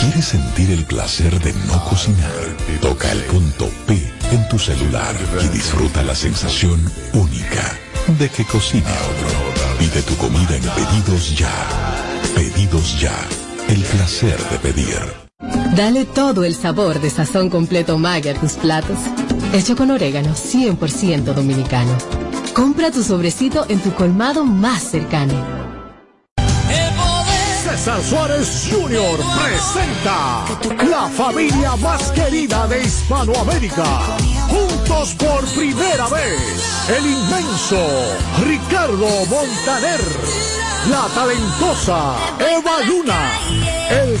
¿Quieres sentir el placer de no cocinar? Toca Ah, el punto P en tu celular y disfruta la sensación única de que cocina Ah, otro. Pide tu comida en Pedidos Ya. Pedidos Ya. El placer de pedir.
Dale todo el sabor de sazón completo Maggi a tus platos, hecho con orégano 100% dominicano. Compra tu sobrecito en tu colmado más cercano.
César Suárez Jr. presenta la familia más querida de Hispanoamérica. Juntos por primera vez, el inmenso Ricardo Montaner, la talentosa Eva Luna el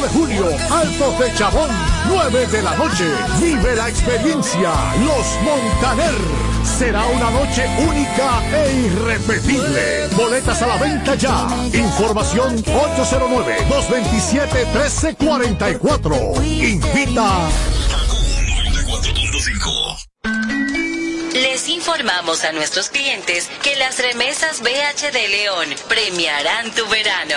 de julio, Altos de Chabón, 9 de la noche. Vive la experiencia, Los Montaner. Será una noche única e irrepetible. Boletas a la venta ya. Información 809-227-1344. Invita.
Les informamos a nuestros clientes que las remesas BH de León premiarán tu verano.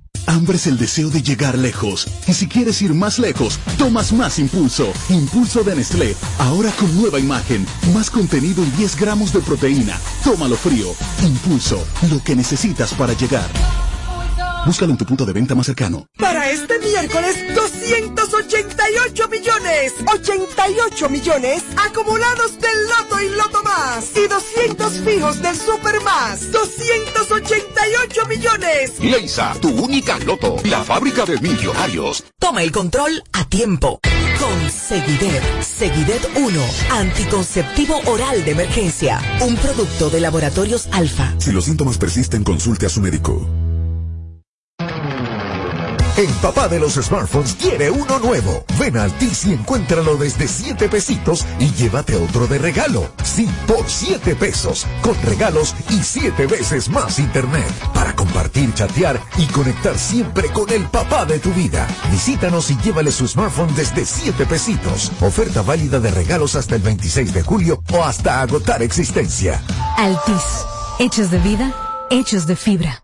Hambre es el deseo de llegar lejos. Y si quieres ir más lejos, tomas más impulso. Impulso de Nestlé. Ahora con nueva imagen. Más contenido y 10 gramos de proteína. Tómalo frío. Impulso. Lo que necesitas para llegar. Búscalo en tu punto de venta más cercano.
Para este miércoles, 288 millones. 88 millones acumulados del Loto y Loto Más. Y 200 fijos del Super Más. 288 millones.
Leisa, tu única Loto. La fábrica de millonarios.
Toma el control a tiempo. Con Seguidet. Seguidet 1. Anticonceptivo oral de emergencia. Un producto de laboratorios alfa.
Si los síntomas persisten, consulte a su médico.
El papá de los smartphones quiere uno nuevo. Ven al Altis y encuéntralo desde 7 pesitos y llévate otro de regalo. Sí, por 7 pesos, con regalos y 7 veces más internet. Para compartir, chatear y conectar siempre con el papá de tu vida. Visítanos y llévale su smartphone desde 7 pesitos. Oferta válida de regalos hasta el 26 de julio o hasta agotar existencia.
Altis, hechos de vida, hechos de fibra.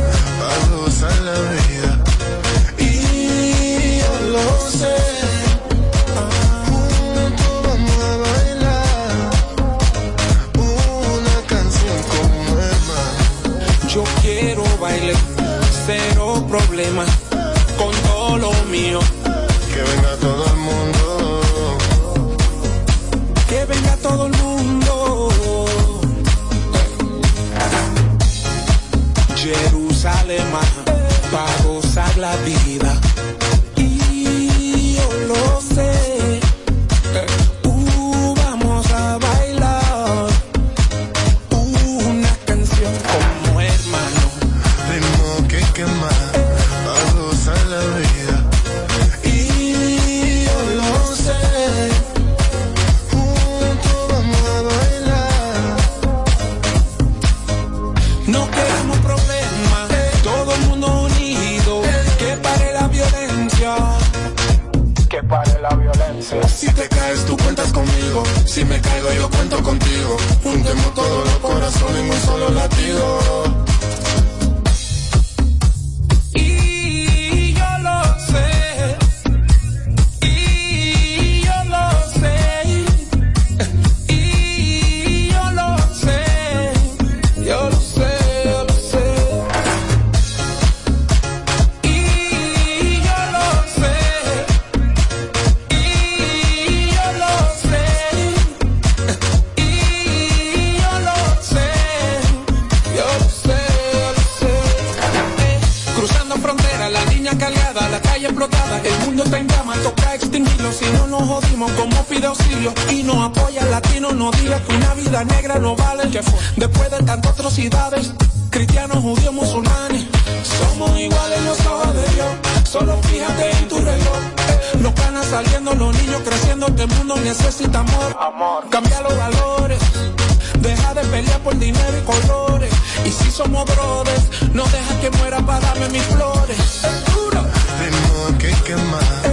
para gozar la vida.
Y yo lo sé.
Juntos vamos a bailar una canción como hermano.
Yo quiero bailar, cero problema, con todo lo mío.
Que venga todo el mundo.
Que venga todo el mundo. Jerusalén para gozar la vida. Y yo lo sé. Uh, vamos a bailar una canción como hermano.
Tengo que quemar para gozar la vida.
Y yo lo sé.
Juntos vamos a bailar.
No queremos problemas, todo el mundo unido, que pare la violencia.
Que pare la violencia. Si te caes, tú cuentas conmigo. Si me caigo, yo cuento contigo. Juntemos todos los corazones en un solo latido.
Y yo lo sé, y yo lo sé, y yo lo sé, yo lo sé, yo lo sé, y yo lo sé, y yo lo sé, y yo lo sé. Yo lo sé, yo lo sé. Eh, Cruzando frontera, la niña cargada, la calle explotada, el mundo está en llamas, toca extinguirlo. Si no nos jodimos, como pide auxilio y nos apoya el latino, no diga que una vida negra no vale. Que fue después de tantas atrocidades, cristianos, judíos, musulmanes, somos iguales, lo sabes. Solo fíjate en tu reloj. Los panas saliendo, los niños creciendo, este mundo necesita amor. amor. Cambia los valores. Deja de pelear por dinero y colores. Y si somos brothers, no dejas que muera para darme mis flores.
Tengo que quemar.